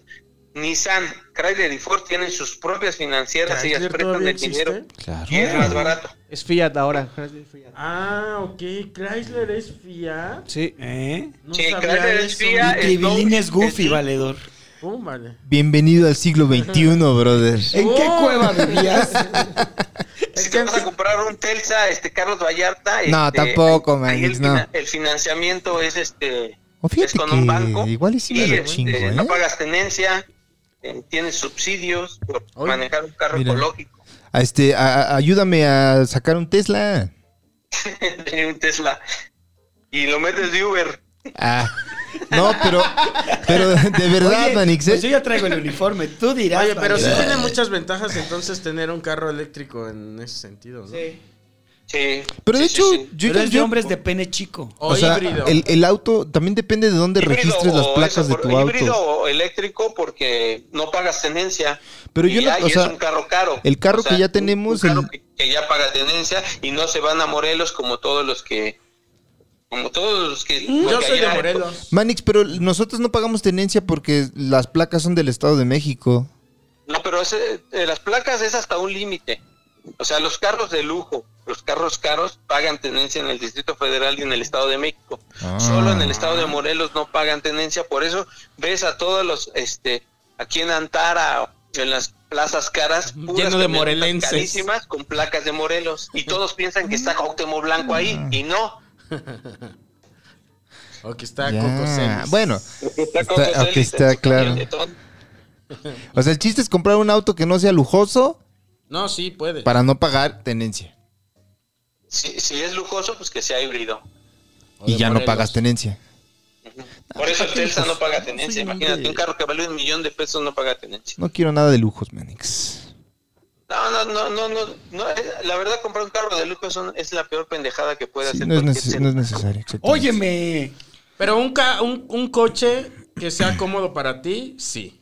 Speaker 8: Nissan, Chrysler y Ford tienen sus propias financieras, ellas
Speaker 4: ¿Chrysler
Speaker 8: prestan
Speaker 4: todavía
Speaker 8: el dinero
Speaker 4: existe?
Speaker 10: Claro.
Speaker 8: y es
Speaker 5: Ah.
Speaker 8: más barato.
Speaker 2: Es Fiat ahora. Chrysler Fiat.
Speaker 4: Ah, ok. Chrysler es Fiat.
Speaker 2: Sí.
Speaker 5: ¿Eh?
Speaker 4: No
Speaker 8: Sí,
Speaker 4: sabía
Speaker 8: Chrysler es
Speaker 4: eso.
Speaker 8: Fiat. eh.
Speaker 5: Y Bilín
Speaker 8: Snow-
Speaker 5: es goofy,
Speaker 8: Snow-
Speaker 5: valedor.
Speaker 4: Pum, vale.
Speaker 10: Bienvenido al siglo XXI, brother.
Speaker 12: ¿En qué
Speaker 4: Oh.
Speaker 12: cueva vivías?
Speaker 8: Si te vas a comprar un Telsa, este Carlos Vallarta.
Speaker 10: No,
Speaker 8: este,
Speaker 10: tampoco, man,
Speaker 8: ahí el,
Speaker 10: no.
Speaker 8: fina- el financiamiento es este
Speaker 10: O
Speaker 8: es
Speaker 10: fíjate
Speaker 8: con un
Speaker 10: que
Speaker 8: banco.
Speaker 10: igual y sí me lo
Speaker 8: este,
Speaker 10: chingo, ¿eh?
Speaker 8: No pagas tenencia, eh, tienes subsidios por
Speaker 4: Oye,
Speaker 8: manejar un carro
Speaker 10: mira.
Speaker 8: ecológico
Speaker 10: A este, a- a- ayúdame a sacar un Tesla.
Speaker 8: de un Tesla y lo metes de Uber.
Speaker 10: Ah, no, pero, pero de verdad,
Speaker 5: Oye,
Speaker 10: Manix, ¿eh?
Speaker 5: pues yo ya traigo el uniforme, tú dirás.
Speaker 4: Oye, pero sí
Speaker 5: valedor.
Speaker 4: tiene muchas ventajas entonces tener un carro eléctrico en ese sentido, ¿no?
Speaker 8: Sí.
Speaker 10: Pero de
Speaker 8: sí,
Speaker 10: hecho,
Speaker 8: sí, sí.
Speaker 10: yo,
Speaker 5: Pero es de
Speaker 10: yo-
Speaker 5: hombres de pene chico.
Speaker 4: O,
Speaker 10: o sea,
Speaker 4: híbrido.
Speaker 10: el, el auto también depende de dónde
Speaker 8: Híbrido
Speaker 10: registres las
Speaker 8: o
Speaker 10: placas
Speaker 8: eso,
Speaker 10: de
Speaker 8: por-
Speaker 10: tu
Speaker 8: Híbrido
Speaker 10: auto.
Speaker 8: o eléctrico porque no pagas tenencia.
Speaker 10: Pero
Speaker 8: Y
Speaker 10: yo no-
Speaker 8: ya, y
Speaker 10: o sea,
Speaker 8: es un carro caro.
Speaker 10: el carro que ya
Speaker 8: un-
Speaker 10: tenemos,
Speaker 8: un carro
Speaker 10: el-
Speaker 8: que, que ya paga tenencia y no se van a Morelos como todos los que como todos los que
Speaker 4: Yo
Speaker 8: porque
Speaker 4: soy de
Speaker 8: allá-
Speaker 4: Morelos.
Speaker 10: Manix, pero nosotros no pagamos tenencia porque las placas son del Estado de México.
Speaker 8: No, pero ese- eh, las placas es hasta un límite. O sea, los carros de lujo, los carros caros pagan tenencia en el Distrito Federal y en el Estado de México.
Speaker 10: Ah.
Speaker 8: Solo en el Estado de Morelos no pagan tenencia, por eso ves a todos los este aquí en Antara en las plazas caras puras
Speaker 4: Lleno de
Speaker 8: camionetas
Speaker 4: morelenses.
Speaker 8: carísimas con placas de Morelos y todos piensan que está Cuauhtémoc Blanco ahí y no.
Speaker 4: O que está
Speaker 10: Ya.
Speaker 4: Coco Celis.
Speaker 10: Bueno,
Speaker 8: Está
Speaker 10: Está-
Speaker 8: Coco
Speaker 10: ok,
Speaker 8: Celis en
Speaker 10: está
Speaker 8: su
Speaker 10: claro.
Speaker 8: camionetón.
Speaker 10: o sea, el chiste es comprar un auto que no sea lujoso
Speaker 4: No, sí, puede.
Speaker 10: para no pagar tenencia.
Speaker 8: Si, si es lujoso, pues que sea híbrido.
Speaker 4: O
Speaker 10: Y
Speaker 4: de
Speaker 10: ya no
Speaker 4: Morelos.
Speaker 10: pagas tenencia. Ah, pues,
Speaker 8: Por eso el Telsa no paga tenencia. Imagínate, un carro que vale un millón de pesos no paga tenencia.
Speaker 10: No quiero nada de lujos, Manix.
Speaker 8: No, no, no, no, no. no, eh, la verdad, comprar un carro de lujo son- es la peor pendejada que puede
Speaker 10: Sí,
Speaker 8: hacer.
Speaker 10: no, es
Speaker 8: cualquier
Speaker 10: neces-
Speaker 8: ser
Speaker 10: no es
Speaker 8: humano.
Speaker 10: necesario. exactamente.
Speaker 5: Óyeme.
Speaker 4: Pero un, ca- un, un coche que sea cómodo para ti, sí.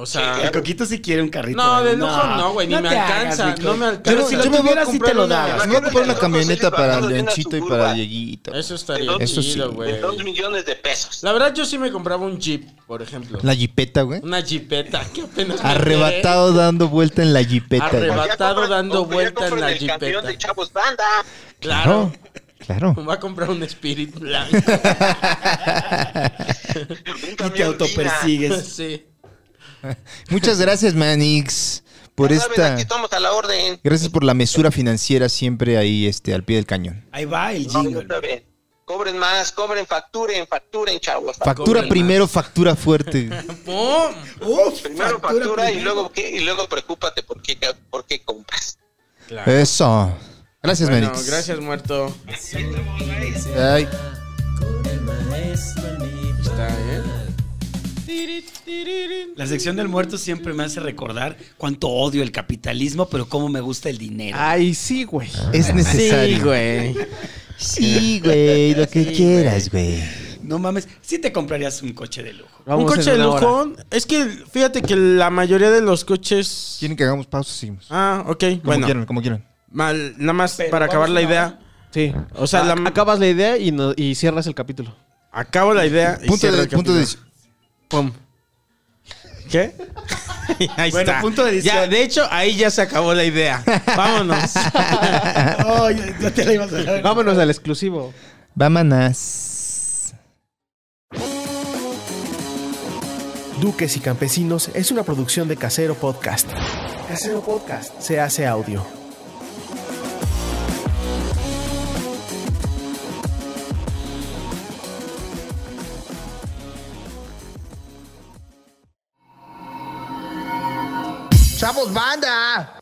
Speaker 4: O sea,
Speaker 5: El coquito sí quiere un carrito. ¿eh?
Speaker 4: No, de
Speaker 5: vale.
Speaker 4: lujo no, güey, ni me
Speaker 5: te
Speaker 4: alcanza,
Speaker 5: hagas, mi
Speaker 4: no me
Speaker 5: coquito.
Speaker 4: alcanza.
Speaker 5: Pero si lo
Speaker 10: Yo me voy a
Speaker 5: tuvieras, sí te
Speaker 4: comprar
Speaker 5: lo
Speaker 4: una-
Speaker 5: dabas.
Speaker 10: Me voy a comprar una
Speaker 8: Imagínate,
Speaker 10: camioneta
Speaker 8: Coco Celis
Speaker 10: para
Speaker 8: bajando de una
Speaker 10: Leonchito y para
Speaker 8: Suburban.
Speaker 10: Dieguito.
Speaker 4: eso estaría
Speaker 8: Pero-
Speaker 10: Eso sí.
Speaker 4: chido, güey.
Speaker 8: De dos millones de pesos.
Speaker 4: La verdad, yo sí me compraba un Jeep, por ejemplo.
Speaker 10: La jipeta, güey.
Speaker 4: Una Jeepeta que apenas. me
Speaker 10: Arrebatado dando vuelta en la jipeta. güey.
Speaker 4: Arrebatado.
Speaker 8: Ya compran-
Speaker 4: dando
Speaker 8: ya
Speaker 4: vuelta
Speaker 8: compran
Speaker 4: en la
Speaker 8: el camión
Speaker 4: Jeepeta.
Speaker 8: de chavos banda.
Speaker 4: enteré. Claro.
Speaker 10: Claro.
Speaker 4: Me va a comprar un Spirit blanco.
Speaker 8: Un
Speaker 5: Y
Speaker 8: camión
Speaker 5: te
Speaker 8: Dina.
Speaker 5: autopersigues.
Speaker 4: sí.
Speaker 10: Muchas gracias, Manix, por
Speaker 8: Ya saben,
Speaker 10: esta.
Speaker 8: Aquí estamos a la orden.
Speaker 10: Gracias por la mesura financiera siempre ahí este, al pie del cañón.
Speaker 5: Ahí va el
Speaker 8: No, ya
Speaker 5: jingle.
Speaker 8: saben. Cobren más, cobren, facturen, facturen, chavos.
Speaker 10: Factura
Speaker 4: Cobren
Speaker 10: primero, factura fuerte.
Speaker 4: ¡Pum!
Speaker 5: Uf,
Speaker 8: Primero factura, y luego qué- y luego preocúpate por qué, por qué compras.
Speaker 4: Claro.
Speaker 10: Eso. Gracias,
Speaker 4: Bueno,
Speaker 10: Manix.
Speaker 4: gracias, muerto.
Speaker 10: Ay.
Speaker 4: Está, ¿eh?
Speaker 5: La sección del muerto siempre me hace recordar cuánto odio el capitalismo, pero cómo me gusta el dinero.
Speaker 2: Ay, sí, güey.
Speaker 10: Es necesario.
Speaker 4: Sí, güey.
Speaker 10: Sí, güey, lo que quieras, güey.
Speaker 5: No mames, sí te comprarías un coche de lujo.
Speaker 2: Vamos
Speaker 4: un coche de
Speaker 2: en una hora.
Speaker 4: lujo. Es que fíjate que la mayoría de los coches.
Speaker 10: ¿Quieren que hagamos pausa? Seguimos.
Speaker 4: Ah, ok.
Speaker 10: Como
Speaker 4: Bueno,
Speaker 10: quieran, como quieran.
Speaker 4: mal, nada más
Speaker 5: Pero
Speaker 4: para acabar la
Speaker 5: vamos a-
Speaker 4: idea.
Speaker 2: Sí.
Speaker 4: O sea, la-
Speaker 2: acabas la idea y, no- y cierras el capítulo.
Speaker 4: Acabo la idea. y
Speaker 10: Punto
Speaker 4: cierro
Speaker 10: de,
Speaker 4: el
Speaker 10: punto de.
Speaker 4: capítulo. Pum. ¿Qué? ahí
Speaker 5: Bueno,
Speaker 4: está.
Speaker 5: punto de edición.
Speaker 4: Ya, de hecho, ahí ya se acabó la idea. Vámonos.
Speaker 5: Ay, Oh, ya te la ibas a dejar.
Speaker 2: Vámonos al exclusivo.
Speaker 10: Vámonos.
Speaker 13: Duques y Campesinos es una producción de Casero Podcast.
Speaker 6: Casero Podcast se hace audio.
Speaker 3: ¡Chavos, banda!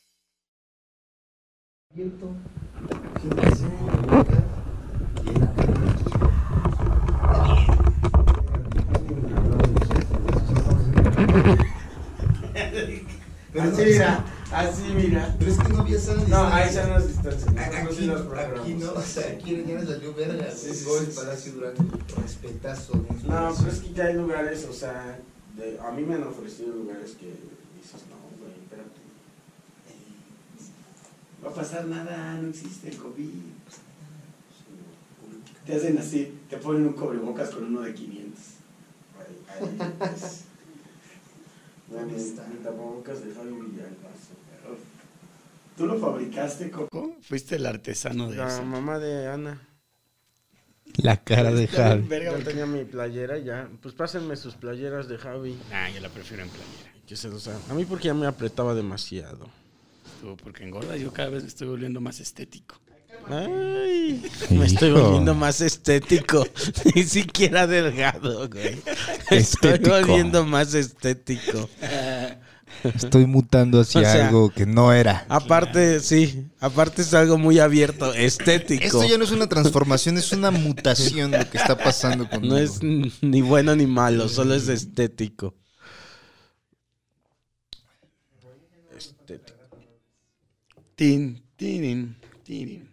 Speaker 4: Así mira, así mira.
Speaker 3: Pero es que no había sana
Speaker 4: No, ahí se nos distancias. Nosotros sí
Speaker 3: Aquí,
Speaker 4: los programamos.
Speaker 3: aquí no, o sea, aquí en Reñanes salió verga.
Speaker 4: Sí, sí,
Speaker 3: Gol,
Speaker 4: sí, sí.
Speaker 3: Palacio Durán, respetazo.
Speaker 4: No, pero es que ya hay lugares, o sea, de- a mí me han ofrecido lugares que dices, no, güey, espérate.
Speaker 5: No va a pasar nada, no existe el COVID. Te hacen así, te ponen un cobrebocas con uno de 500.
Speaker 4: Ahí, ahí, es. pues, No,
Speaker 3: ¿Dónde
Speaker 4: mi,
Speaker 3: está?
Speaker 4: mi tapabocas de Javi Villalbazo.
Speaker 5: ¿Tú lo fabricaste, Coco? Fuiste el artesano de
Speaker 4: La
Speaker 5: eso.
Speaker 4: mamá de Ana.
Speaker 1: La cara de
Speaker 5: Está bien
Speaker 1: Javi.
Speaker 5: verga,
Speaker 4: Yo
Speaker 5: porque-
Speaker 4: tenía mi playera ya. Pues pásenme sus playeras de Javi.
Speaker 5: Nah, Ah, yo la prefiero en playera.
Speaker 4: Que se los hagan. A mí porque ya me apretaba demasiado.
Speaker 5: Tú, porque engorda yo cada vez me estoy volviendo más estético.
Speaker 4: Ay, me estoy
Speaker 1: Hijo.
Speaker 4: volviendo más estético. Ni siquiera delgado, güey. Me Estoy
Speaker 1: Estético.
Speaker 4: volviendo más estético.
Speaker 1: Estoy mutando hacia
Speaker 4: O sea,
Speaker 1: algo que no era.
Speaker 4: Aparte, sí, aparte es algo muy abierto, estético.
Speaker 1: Esto ya no es una transformación, es una mutación lo que está pasando con
Speaker 4: No es ni bueno ni malo, solo es estético. Estético.
Speaker 5: Tin, tirin, tirin.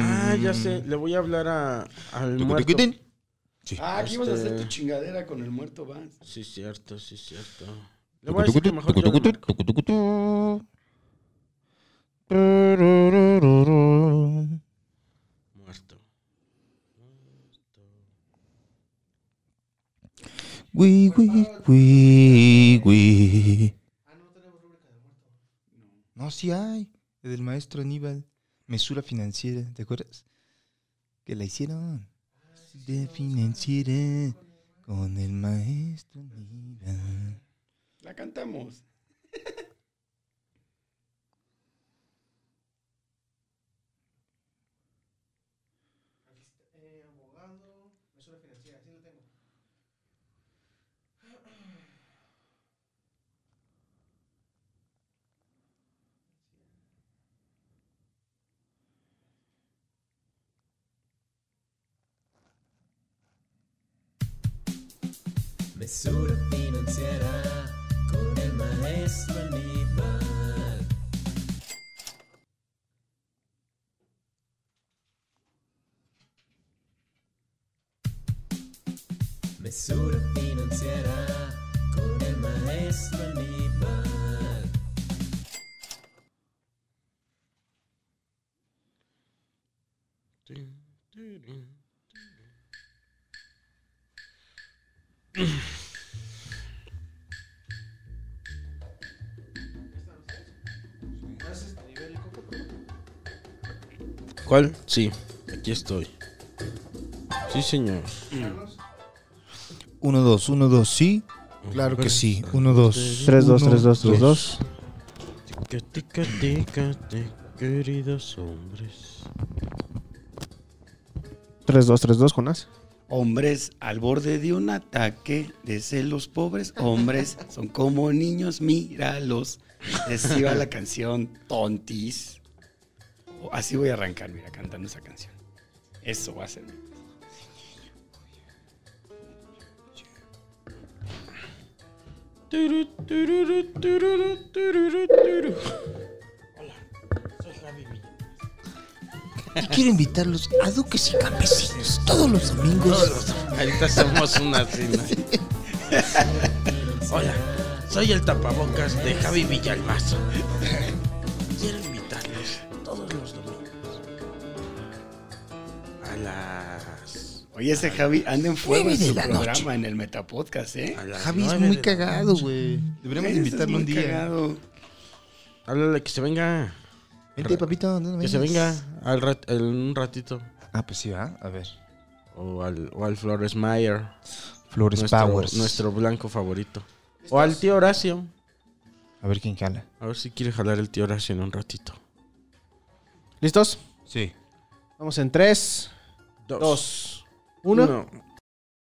Speaker 4: Ah, ya sé, le voy a hablar a, al muerto.
Speaker 5: Ah, aquí ibas a hacer
Speaker 4: Este-
Speaker 5: tu chingadera con el muerto, vas.
Speaker 4: Sí, cierto, sí, cierto. Le voy a decir que mejor yo le marco. Muerto.
Speaker 1: Wi, wi, wi, wi. No, sí hay. El del maestro Aníbal. Mesura financiera, ¿te acuerdas? Que la hicieron. De financiera con el maestro Aníbal.
Speaker 5: La cantamos.
Speaker 14: Mesura financiera con el maestro Aníbal. Mesura financiera con el maestro Aníbal.
Speaker 4: ¿Cuál? Sí, aquí estoy. Sí, señor.
Speaker 1: Uno, dos, uno, dos, sí. Claro que sí. Uno, dos.
Speaker 2: Tres, dos,
Speaker 1: uno,
Speaker 2: tres, dos, tres, dos.
Speaker 4: Tica, tica, tica, tica, queridos hombres.
Speaker 2: 3-2-3-2, Jonás.
Speaker 5: Hombres al borde de un ataque de celos pobres. Hombres son como niños, míralos. Les iba la canción Tontis. O- Así voy a arrancar, mira, cantando esa canción. Eso va a ser.
Speaker 10: Turu, tururu, tururu, tururu, turu.
Speaker 1: Y quiero invitarlos a Duques y Campesinos todos los domingos.
Speaker 4: Ahorita somos una cena. Hola, soy el tapabocas de Javi Villalmazo. Quiero invitarlos todos los domingos a las.
Speaker 5: Oye, ese Javi anda en fuego
Speaker 1: Nueve
Speaker 5: en
Speaker 1: de
Speaker 5: su
Speaker 1: la
Speaker 5: programa,
Speaker 1: noche.
Speaker 5: en el Metapodcast, ¿eh?
Speaker 4: A las
Speaker 1: Javi es
Speaker 4: nueve
Speaker 1: muy
Speaker 4: de-
Speaker 1: cagado, güey. Deberíamos
Speaker 5: Ese es
Speaker 1: invitarlo
Speaker 5: muy
Speaker 1: un día.
Speaker 5: cagado.
Speaker 4: Háblale que se venga.
Speaker 1: Vente, papito. no, no
Speaker 4: Que se venga
Speaker 1: vengas.
Speaker 4: al rat- en un ratito.
Speaker 1: Ah, pues sí, va. A ver.
Speaker 4: O al, o al Flores Mayer.
Speaker 10: Flores
Speaker 4: Nuestro,
Speaker 10: Powers.
Speaker 4: nuestro blanco favorito. O al tío Horacio.
Speaker 10: A ver quién jala.
Speaker 4: A ver si quiere jalar el tío Horacio en un ratito.
Speaker 2: ¿Listos?
Speaker 10: Sí.
Speaker 2: Vamos en 3,
Speaker 4: Dos.
Speaker 2: 2, 1.
Speaker 4: Uno.